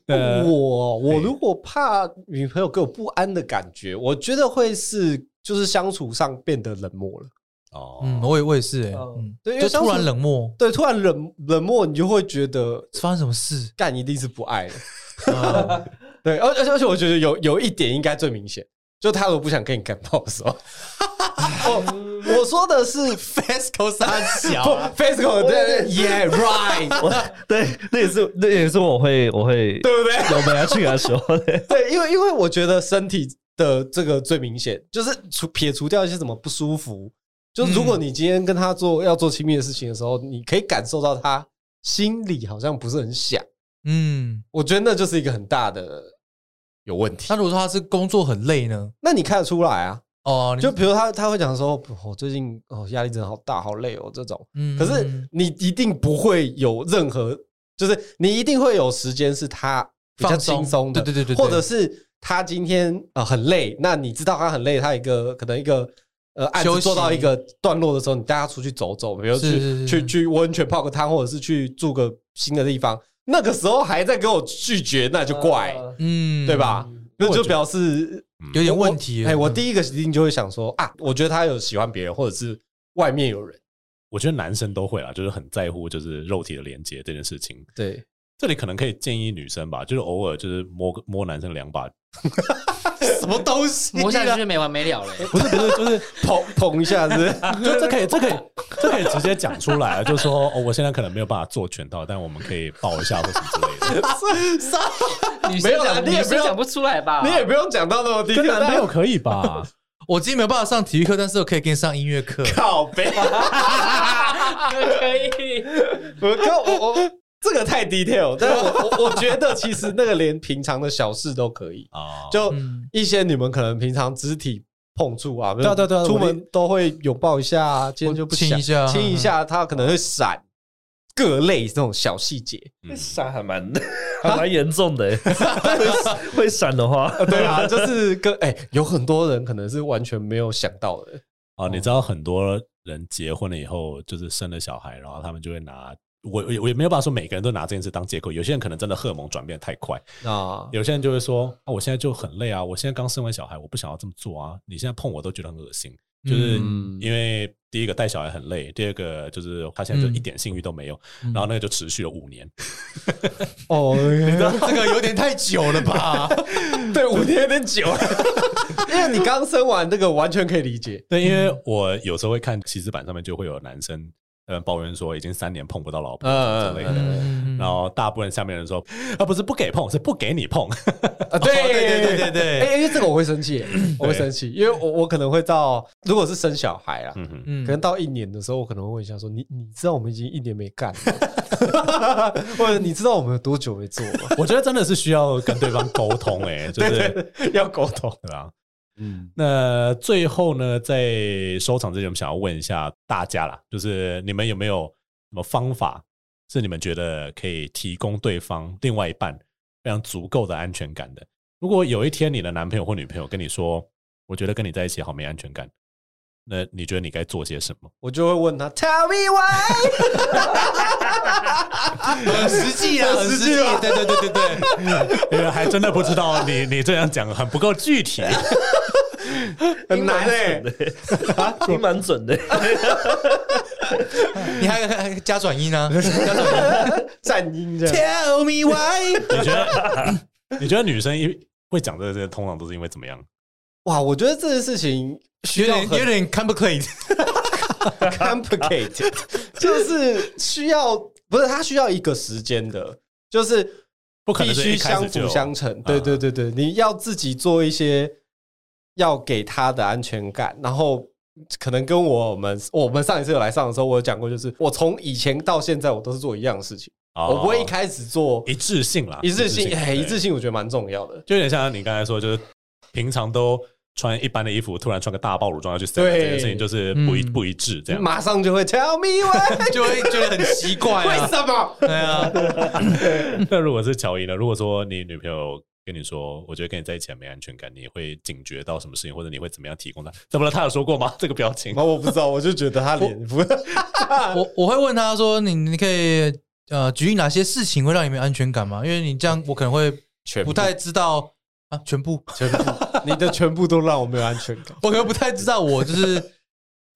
D: 呃
B: 我我如果怕女朋友给我不安的感觉，我觉得会是就是相处上变得冷漠了。
D: 哦，
A: 嗯，我也我也是哎、
B: 哦
A: 嗯，
B: 对因为
A: 就
B: 相
A: 突然
B: 处
A: 冷漠，
B: 对，突然冷冷漠，你就会觉得
A: 发生什么事？
B: 干一定是不爱的。
A: 嗯
B: [LAUGHS] 对，而而且而且我觉得有有一点应该最明显，就他如果不想跟你干炮的 [LAUGHS] 时候，我我说的是 FESCO 三小 FESCO 对对 Yeah right，
E: 我对，那也是那也是我会我会
B: [LAUGHS] 对不对？
E: 有没安全感的时候的。
B: [LAUGHS] 对，因为因为我觉得身体的这个最明显，就是除撇除掉一些什么不舒服，就是如果你今天跟他做要做亲密的事情的时候，你可以感受到他心里好像不是很想，
A: 嗯，
B: 我觉得那就是一个很大的有问题
A: 那。如果说他是工作很累呢？
B: 那你看得出来啊？
A: 哦，你
B: 就比如他他会讲说，我、最近哦压力真的好大，好累哦这种。
A: 嗯
B: 可是你一定不会有任何，就是你一定会有时间是他比较
A: 放松
B: 轻松的，
A: 对对对对对
B: 或者是他今天呃很累，那你知道他很累，他一个可能一个呃案
A: 休
B: 子
A: 息
B: 做到一个段落的时候，你带他出去走走，比如
A: 是是
B: 去
A: 是
B: 去去温泉泡个汤，或者是去住个新的地方，那个时候还在跟我拒绝，那就怪，
A: 嗯，
B: 对？吧？那就表示
A: 有点问题了。嗯
B: 哎，我第一个一定就会想说啊，我觉得他有喜欢别人，或者是外面有人， [LAUGHS]
D: 我觉得男生都会啦，就是很在乎就是肉体的连接这件事情。
B: 对，
D: 这里可能可以建议女生吧，就是偶尔就是摸个摸男生两把，
B: 什
A: 么东西啊？
C: 磨下去就没完没了嘞。
D: [LAUGHS] 不是不是，就是
B: 捧捧一下子，
D: 就 [LAUGHS]
B: [LAUGHS]
D: 这可以这可以这可以直接讲出来， [LAUGHS] 就说哦，我现在可能没有办法做全套，但我们可以抱一下或什么之类的。
C: 女生
B: 没有啦
C: 讲
B: 你也
C: 女
B: 不
C: 生
B: 要
C: 讲不出来吧？
B: 你也不用讲到那么低
D: [LAUGHS] 跟
B: 调，
D: 男朋友可以 [LAUGHS] 吧？
A: 我今天没有办法上体育课，但是我可以给你上音乐课。
B: 靠背，
C: 可
B: [LAUGHS]
C: 以。
B: 我靠，我我这个太 detail，但我我我觉得其实那个连平常的小事都可以，
D: 啊，
B: 就
A: 嗯
B: 一些你们可能平常肢体碰触啊，对
D: 对啊对啊对啊
B: 出
D: 我
B: 门
D: 的
B: 都会拥抱一下啊，今天就不想
A: 亲一下
B: 亲一下，他可能会闪，各类这种小细节，
E: 闪还蛮还蛮严重的欸，会会闪的话，
B: 对啊，就是跟哎、有很多人可能是完全没有想到的，
D: 啊，你知道很多人结婚了以后，就是生了小孩，然后他们就会拿。我我也我也没有办法说每个人都拿这件事当借口，有些人可能真的荷尔蒙转变太快，
B: 啊，
D: 有些人就会说啊，我现在就很累啊，我现在刚生完小孩，我不想要这么做啊，你现在碰我都觉得很恶心，就是
B: 嗯
D: 因为第一个带小孩很累，第二个就是他现
B: 嗯
D: 在就一点性欲都没有，然后那个就持续了五年，
B: 哦，
A: 这个有点太久了吧？
B: 对，五天有点久， [LAUGHS] 因为你刚生完这个完全可以理解，
D: [LAUGHS] 对，因为我有时候会看骑士版上面就会有男生呃抱怨说已经三年碰不到老婆
B: 嗯
D: 之类
B: 嗯嗯
D: 的。
A: 嗯
D: 然后大部分下面人说啊，不是不给碰，是不给你碰。
B: 啊，对
A: 对对对对对
B: 哎、因为这个我会生气，我会生气，因为我我可能会到，如果是生小孩啊，
D: 嗯哼，
A: 嗯
B: 可能到一年的时候，我可能会问一下说，你你知道我们已经一年没干 [LAUGHS] 了吗，或者你知道我们有多久没做吗？
D: [LAUGHS] 我觉得真的是需要跟对方沟通、欸，哎，就
B: [LAUGHS]
D: 是
B: 对对对，要沟通，
D: 对啊吧？
B: 嗯，
D: 那最后呢，在收场之前，我们想要问一下大家啦，就是你们有没有什么方法是你们觉得可以提供对方另外一半非常足够的安全感的？如果有一天你的男朋友或女朋友跟你说，我觉得跟你在一起好没安全感，那你觉得你该做些什么？
B: 我就会问他，Tell me why，
A: 很实
B: [LAUGHS]
A: 际啊，很实际。对对对对对，
D: 因哎为还真的不知道你，你这样讲很不够具体。
B: 很难哎、
E: 挺蛮准的。
A: 你还还加转音
B: [LAUGHS]
A: 呢？
B: 战音这样。
A: Tell me why？
D: 你觉得你觉得女生因会讲这个，这个通常都是因为怎么样？
B: 哇，我觉得这件事情需
A: 有
B: 要
A: 点
B: 很
A: 有点 complicate。
B: [LAUGHS] complicated，就是需要不是它需要一个时间的，就是
D: 不可
B: 必
D: 能是
B: 须
D: 一开始
B: 相
D: 就
B: 辅相成。对对对对，你要自己做一些要给他的安全感，然后。可能跟我们我们上一次有来上的时候，我有讲过，就是我从以前到现在，我都是做一样的事情，
D: 哦
B: 我不会一开始做
D: 一致性啦，
B: 一致性，哎，
D: 对
B: 一致性我觉得蛮重要的。
D: 就有点像你刚才说，就是平常都穿一般的衣服，突然穿个大暴露装要去 stand up
B: 对
D: 这件事情，就是不一
A: 嗯
D: 不一致这样。
B: 马上就会 tell me [LAUGHS]
A: [LAUGHS]
B: why，
A: 就会觉得很奇怪
B: 为
A: 啊。
B: 什么？ [LAUGHS]
A: 对啊，
D: 那如果是乔伊呢？如果说你女朋友跟你说，我觉得跟你在一起很没安全感，你会警觉到什么事情，或者你会怎么样提供她？怎么了？她有说过吗？ [LAUGHS] 这个表情
B: 然后我不知道，我就觉得他脸不
A: 我我会问他说：“你你可以呃举例哪些事情会让你没有安全感吗？因为你这样我可能会
B: 全
A: 不太知道啊，全部，
B: 全部， [LAUGHS] 你的全部都让我没有安全感。
A: 我可能不太知道我就是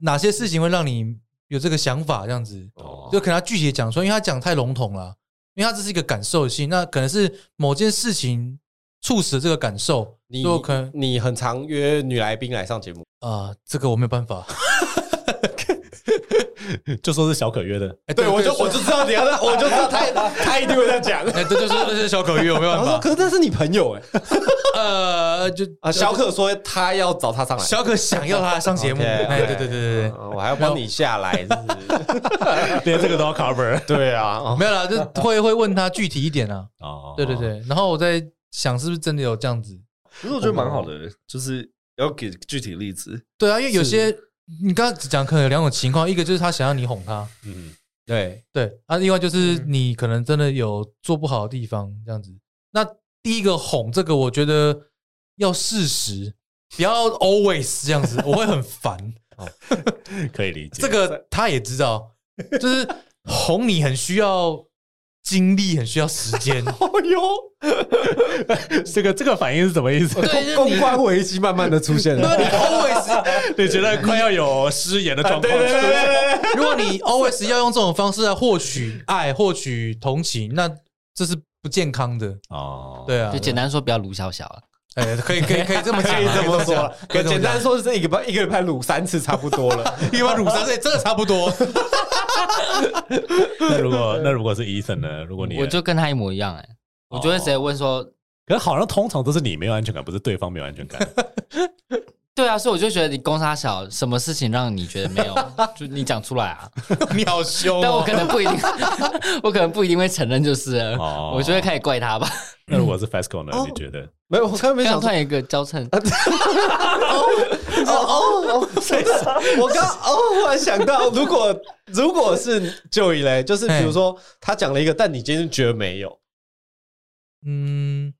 A: 哪些事情会让你有这个想法这样子。”
D: 哦
A: 就可能他具体地讲说，因为他讲太笼统了，因为他这是一个感受性，那可能是某件事情促使这个感受，
B: 你
A: 就可能
B: 你很常约女来宾来上节目，
A: 啊、呃这个我没有办法。
D: 就说是小可约的，
A: 哎，
B: 就知道你要，我就知道他他一定会这样 [LAUGHS] 讲。
A: 哎，这就是这是小口语，我没有
B: 然
A: 办
B: 后说，
A: 法。
B: 可是这是你朋友哎
A: 呃，就
B: 啊，小可说他要找他上来，
A: 小可想要他上节目，
B: OK，OK
A: 哎，对对对对
B: 嗯我还要帮你下来，是不是 [LAUGHS]
D: 连这个都要 cover
B: 对啊，
A: 对，
B: 哦
A: 没有啦，就会会问他具体一点啊，
D: [LAUGHS] 哦
A: 对对，对，然后我在想是不是真的有这样子，
E: 其实我觉得蛮好的，就是要给具体例子。
A: 对啊，因为有些你刚刚只讲可能有两种情况，一个就是他想要你哄他，
D: 嗯，
B: 对，
A: 对啊，另外就是你可能真的有做不好的地方，这样子。那第一个哄这个，我觉得要适时，不要 always 这样子，我会很烦。
D: 可以理解。
A: 这个他也知道，就是哄你很需要精力，很需要时间。
B: 哦哟，
D: 这个这个反应是什么意思？
A: 对，就
B: 公
A: 你
B: 关危机慢慢的出现
A: 如果
B: 了。
A: 你 always，
D: [LAUGHS] 你觉得快要有失言的状况？
A: [LAUGHS] 如果你 always 要用这种方式来获取爱、获取同情，那这是不健康的。
D: 哦，
A: 对啊
C: 就，简单说，不要卢小小啊。
A: 哎，可以可以可以这么
B: [LAUGHS] 可
A: 讲
B: 以
A: 啊，
B: 这么说
A: 讲
B: 了，可简单，说是一个班一个礼拜撸三次差不多 [LAUGHS] 了。
A: 一般乳酸这真的差不多。
D: 那如果那如果是 Ethan 呢？如果你
C: 我就跟他一模一样哎、我就会直接问说，
D: 可是好像通常都是你没有安全感，不是对方没有安
A: [LAUGHS]
D: 全感。
C: 对啊，所以我就觉得你公差小，什么事情让你觉得没有？就你讲出来啊，
A: 你好凶、哦，
C: 但我可能不一定，我可能不一定会 [LAUGHS] 承认，就是了
D: 哦
C: 我就会开始怪他吧。
D: 那如果是 Fasco 呢？
A: 哦
D: 你觉得？
B: 没有，我刚才没想
C: 刚刚突
B: 说，
C: 然有一个交称，
B: 哦哦哦，所以我刚哦，忽然想到，如果如果是就以嘞，就是比如说他讲了一个，但你今天觉得没有，
A: 嗯，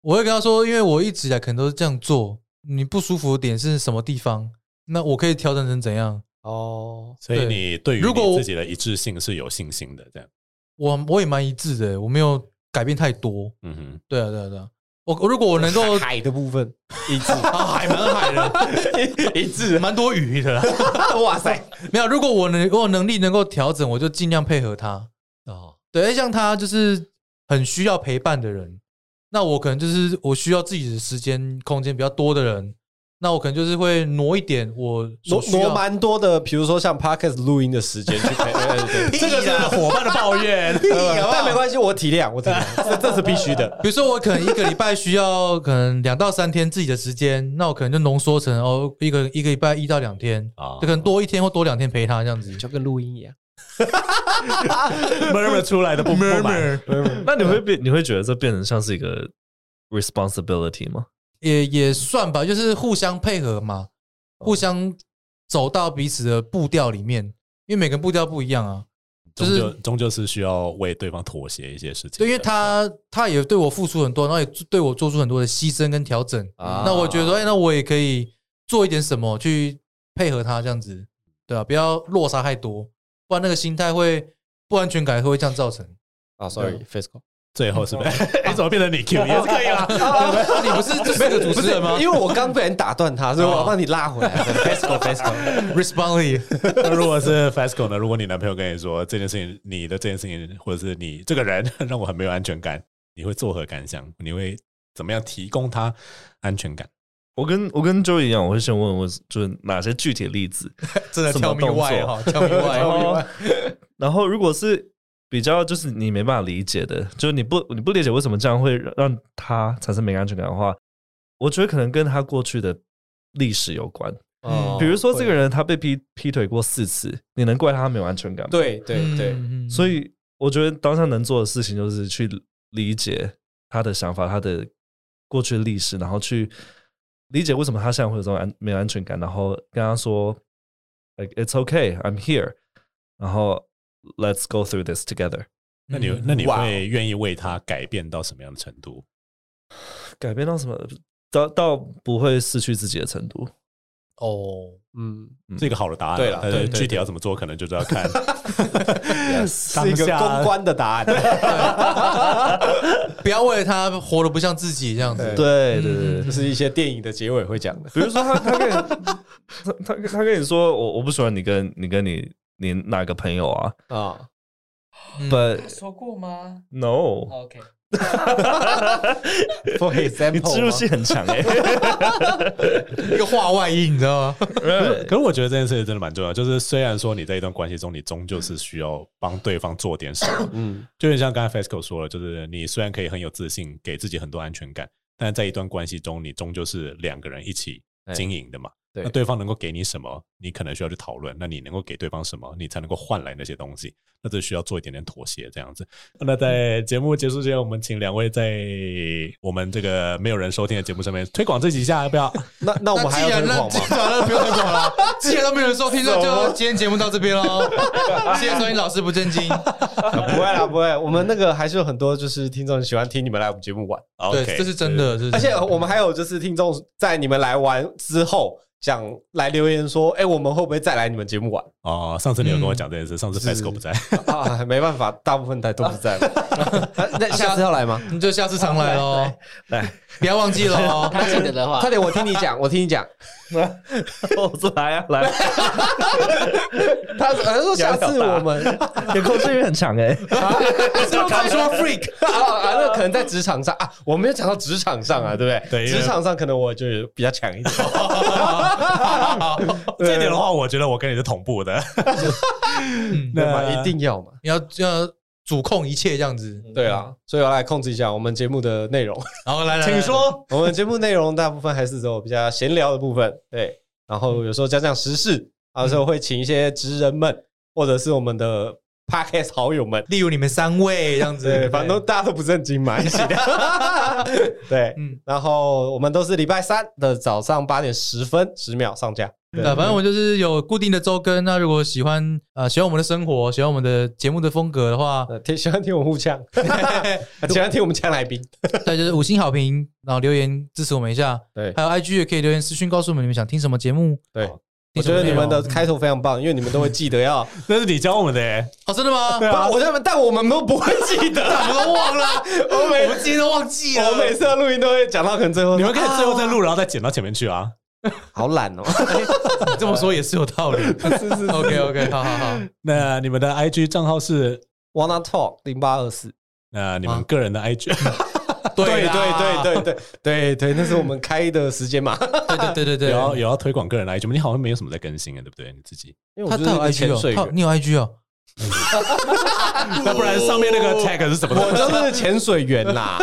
A: 我会跟他说，因为我一直以来可能都是这样做，你不舒服的点是什么地方？那我可以调整成怎样？
B: 哦，
D: 所以你对于
A: 如果
D: 你
A: 我
D: 自己的一致性是有信心的，这样。
A: 我我也蛮一致的，我没有改变太多。
D: 嗯哼，
A: 对啊，对啊，对啊。我我如果我能够
B: 海的部分
A: [LAUGHS]
B: 一致，
A: 啊，海蛮海的，
B: [LAUGHS] 一致，
A: 蛮多鱼的啦。
B: [LAUGHS] 哇塞，
A: 没有，如果我能我有能力能够调整，我就尽量配合他。
B: 哦，
A: 对，像他就是很需要陪伴的人，那我可能就是我需要自己的时间空间比较多的人，那我可能就是会挪一点我所
B: 挪
A: 需
B: 挪
A: 要。
B: 蛮多的，比如说像 podcast 录音的时间去 [LAUGHS] 陪，对对对
A: 这个是伙伴的抱怨，
B: 呃但没关系，我体谅，我体谅，这这是必须
A: [LAUGHS]
B: 的。
A: 比如说，我可能一个礼拜需要可能两到三天自己的时间，那我可能就浓缩成哦，一个一个礼拜一到两天，
D: [LAUGHS] 啊
A: 就可能多一天或多两天陪他这样子。
B: 就跟录音一样，
D: murmur 出来的不不满，
E: 那你会变？你会觉得这变成像是一个 responsibility 吗？
A: 也也算吧，就是互相配合嘛，互相走到彼此的步调里面，因为每个人步调不一样啊。
D: 终
A: 就是
D: 究终究是需要为对方妥协一些事情的。
A: 对，因为他他也对我付出很多，然后也对我做出很多的牺牲跟调整。
B: 啊
A: 那我觉得，哎，那我也可以做一点什么去配合他这样子，对啊，不要落差太多，不然那个心态会不安全感会这样造成。
B: 啊，sorry，Fisco，
D: 最
A: [LAUGHS]
D: 后是不是？
A: 哦
D: 哎，怎么变成你 Q 也是可以啊啦？
A: 你不是就是个主持人吗
B: 因为我刚被人打断他，所以我要帮你拉
A: [LAUGHS]
B: 回来。Fisco，Fisco，
A: ？Respondly，
D: 那如果是 Fasco 呢？如果你男朋友跟你说这件事情，你的这件事情，或者是你这个人 [LAUGHS] 让我很没有安全感，你会作何感想？你会怎么样提供他安全感？
E: 我跟我跟 Joe 一样，我会先问我就是哪些具体例子，
A: 真的
E: 什么
A: tell me
E: 动作
A: why 哈，tell me why，
E: 然后，然后如果是比较就是你没办法理解的，就是你不你不理解为什么这样会让他产生没安全感的话，我觉得可能跟他过去的历史有关。
B: 嗯
A: 哦
E: 比如说这个，人他被劈劈腿过四次，你能怪他没有安全感吗？，
B: 对对对，
A: 嗯
E: 所以我觉得当下能做的事情就是去理解他的想法，他的过去的历史，然后去理解为什么他现在会有这种安没有安全感，然后跟他说，like it's okay, I'm here，然后 let's go through this together。
D: 那你
A: 嗯
D: 那你
B: 哇哦
D: 会愿意为他改变到什么样的程度？
E: 改变到什么？到到不会失去自己的程度。
A: 哦，
B: 嗯，
E: 嗯
D: 是一个好的答案啊，
B: 对啦
D: 但
B: 对
D: 是
B: 对
D: 具体要怎么做，可能就是
B: [LAUGHS]
D: 要看
B: 是一个公关的答案。 [LAUGHS]
A: 不要为了他活得不像自己这样子。
E: 对对对
B: 这
A: 嗯
E: 对，
B: 是一些电影的结尾会讲的。
E: 比如说他他跟你他他他跟你说我我不喜欢你跟你跟你你哪个朋友啊
B: [LAUGHS] 啊，
A: 嗯哦
E: ，but
C: 说过吗
E: no。
C: ？OK，
B: For
E: 你
B: example，
E: 植入性很强哎、欸，
A: 一个话外音，你知道吗？
B: 哦
D: 可是我觉得这件事情真的蛮重要，就是虽然说你在一段关系中，你终究是需要帮对方做点什么，
B: 嗯，
D: 就很像刚才 FESCO 说了，就是你虽然可以很有自信，给自己很多安全感，但在一段关系中，你终究是两个人一起经营的嘛。
B: 对
D: 那对方能够给你什么，你可能需要去讨论。那你能够给对方什么，你才能够换来那些东西。那这需要做一点点妥协，这样子。那在节目结束之前，我们请两位在我们这个没有人收听的节目上面推广自己一下，要不
B: [LAUGHS]
D: 要？
B: 那那我们还
A: 既
B: 要
A: 然
B: 推
A: 那
B: 广
A: 既
B: 吗？
A: 然那不用推广了，
B: [LAUGHS]
A: 既然都没有人收听，那就今天节目到这边喽。谢谢收听，老师不正经。
B: [LAUGHS] 不会啦，不会，我们那个还是有很多就是听众喜欢听你们来我们节目玩，
A: 对
D: OK，
B: 嗯
A: 这是真的，这是
B: 而且
A: 真的
B: 我们还有就是听众在你们来玩之后。想来留言说，哎、我们会不会再来你们节目 [LAUGHS] 玩？
D: 哦，上次你有跟我讲这件事，上次
B: 是
D: Pasco 不在，
B: 啊，没办法，大部分台都不在嘛。 [LAUGHS] 那下次要 [LAUGHS] 来吗？
A: 你就下次常来喽，
E: 来，
A: 不要忘记了哦。
C: 他记得的话
B: 快，点，我听你讲，我听你讲。
E: [LAUGHS] 我说来啊，来啊，
B: [LAUGHS] 他他说下次我们
E: 你的控制欲很强哎、
B: 他说
A: [LAUGHS]
B: freak 啊啊，那可能在职场上啊，我没有讲到职场上啊，对不
D: 对
B: 对？
D: 因为
B: 职场上可能我就比较强一点。
D: 这一点的话，我觉得我跟你是同步的。 [LAUGHS]
B: 嗯 [LAUGHS] 对啊嘛，一定要嘛。
A: 你要要主控一切这样子，
B: 对啊，所以我来控制一下我们节目的内容。 [LAUGHS]
A: 然后来来，来
B: 请说，我们节目内容大部分还是走比较闲聊的部分，对。然后有时候讲讲时事，啊，有时候会请一些职人们，或者是我们的 podcast 好友们，
A: 例如你们三位这样子，
B: 对，反正都 [LAUGHS] 大家都不正经嘛，一起 [LAUGHS] 聊。对，
A: 嗯，
B: 然后我们都是礼拜三的早上八点十分十秒上架。
A: 对，反正我就是有固定的周更。那如果喜欢呃喜欢我们的生活，喜欢我们的节目的风格的话，
B: 呃，听喜欢听我们互 [LAUGHS] 呛，喜欢听我们呛来宾。
A: [LAUGHS] 对，就是五星好评，然后留言支持我们一下。
B: 对
A: 还有 IG 也可以留言私讯告诉我们你们想听什么节目。
B: 对，
A: 听
B: 我
A: 什
B: 觉
A: 么
B: 得你们的
A: 内容
B: 开头非常棒，因为你们都会记得 [LAUGHS] 要
D: 那是你教我们的欸耶，
A: 哦，真的
B: [LAUGHS]
A: 吗？
D: 对啊
B: 不我觉得，但我们都不会记得， [LAUGHS] 我们都忘了。我每
A: 我们今天都忘记了。
B: 我每次的录音都会讲到可能最后，
D: [LAUGHS] 你们可以最后再录，然后再剪到前面去啊。
B: 好懒哦。
A: 你这么说也是有道
B: [LAUGHS]
A: 理。是是 OK OK，好好好。
D: [LAUGHS] 那你们的 IG 账号是？
B: Wanna talk 零八二四，
D: 呃，你们个人的 [LAUGHS] IG，、
B: 对
A: 啦
B: 对对对对对对，那是我们开的时间嘛。
A: 对对对对
D: 有要
B: 啊
A: 对。
D: 有要推广个人的 IG 吗？你好像没有什么在更新啊，对不对？你自 [LAUGHS] 己，
B: 因为
A: 他
B: 我就
A: 他有
B: 是一
A: IG
B: 潜
A: 哦
B: 水，
A: 他
B: 员，
A: 你有 IG 哦。
D: 那不然上面那个 tag 是什么东
B: 我
D: 西？
B: 就是潜水员 [LAUGHS] 啦。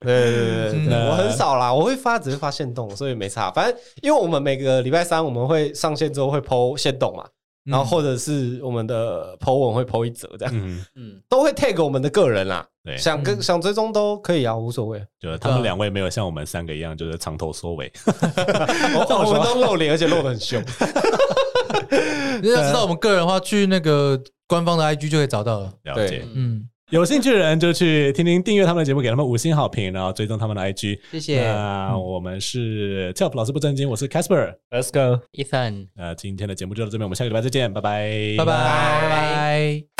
B: 对对对对对，
D: 嗯
B: 我很少啦，我会发，只是发现动，所以没差。反正因为我们每个礼拜三我们会上线之后会 PO 线动嘛，
A: 嗯
B: 然后或者是我们的 PO 文会 PO 一折这样，
D: [LAUGHS] 嗯，
C: 嗯，
B: 都会 tag 我们的个人啦。
D: 对，
B: 想跟
A: 嗯
B: 想追踪都可以啊，无所谓。
D: 就是他们两位没有像我们三个一样，就是藏头缩尾。
B: 我我们都露脸，而且露得很凶。
A: 你嗯要知道我们个人的话，去那个官方的 IG 就可以找到了。
D: 了解
B: 对，
A: 嗯，
D: 有兴趣的人就去听听订阅他们的节目，给他们五星好评，然后追踪他们的 IG。
C: 谢谢
D: 那我们是 t e l p 老师不正经，我是 Casper。
E: Let's go。
C: Ethan。
A: 嗯
D: 那今天的节目就到这边，我们下个礼拜再见，拜拜，
A: 拜拜拜拜。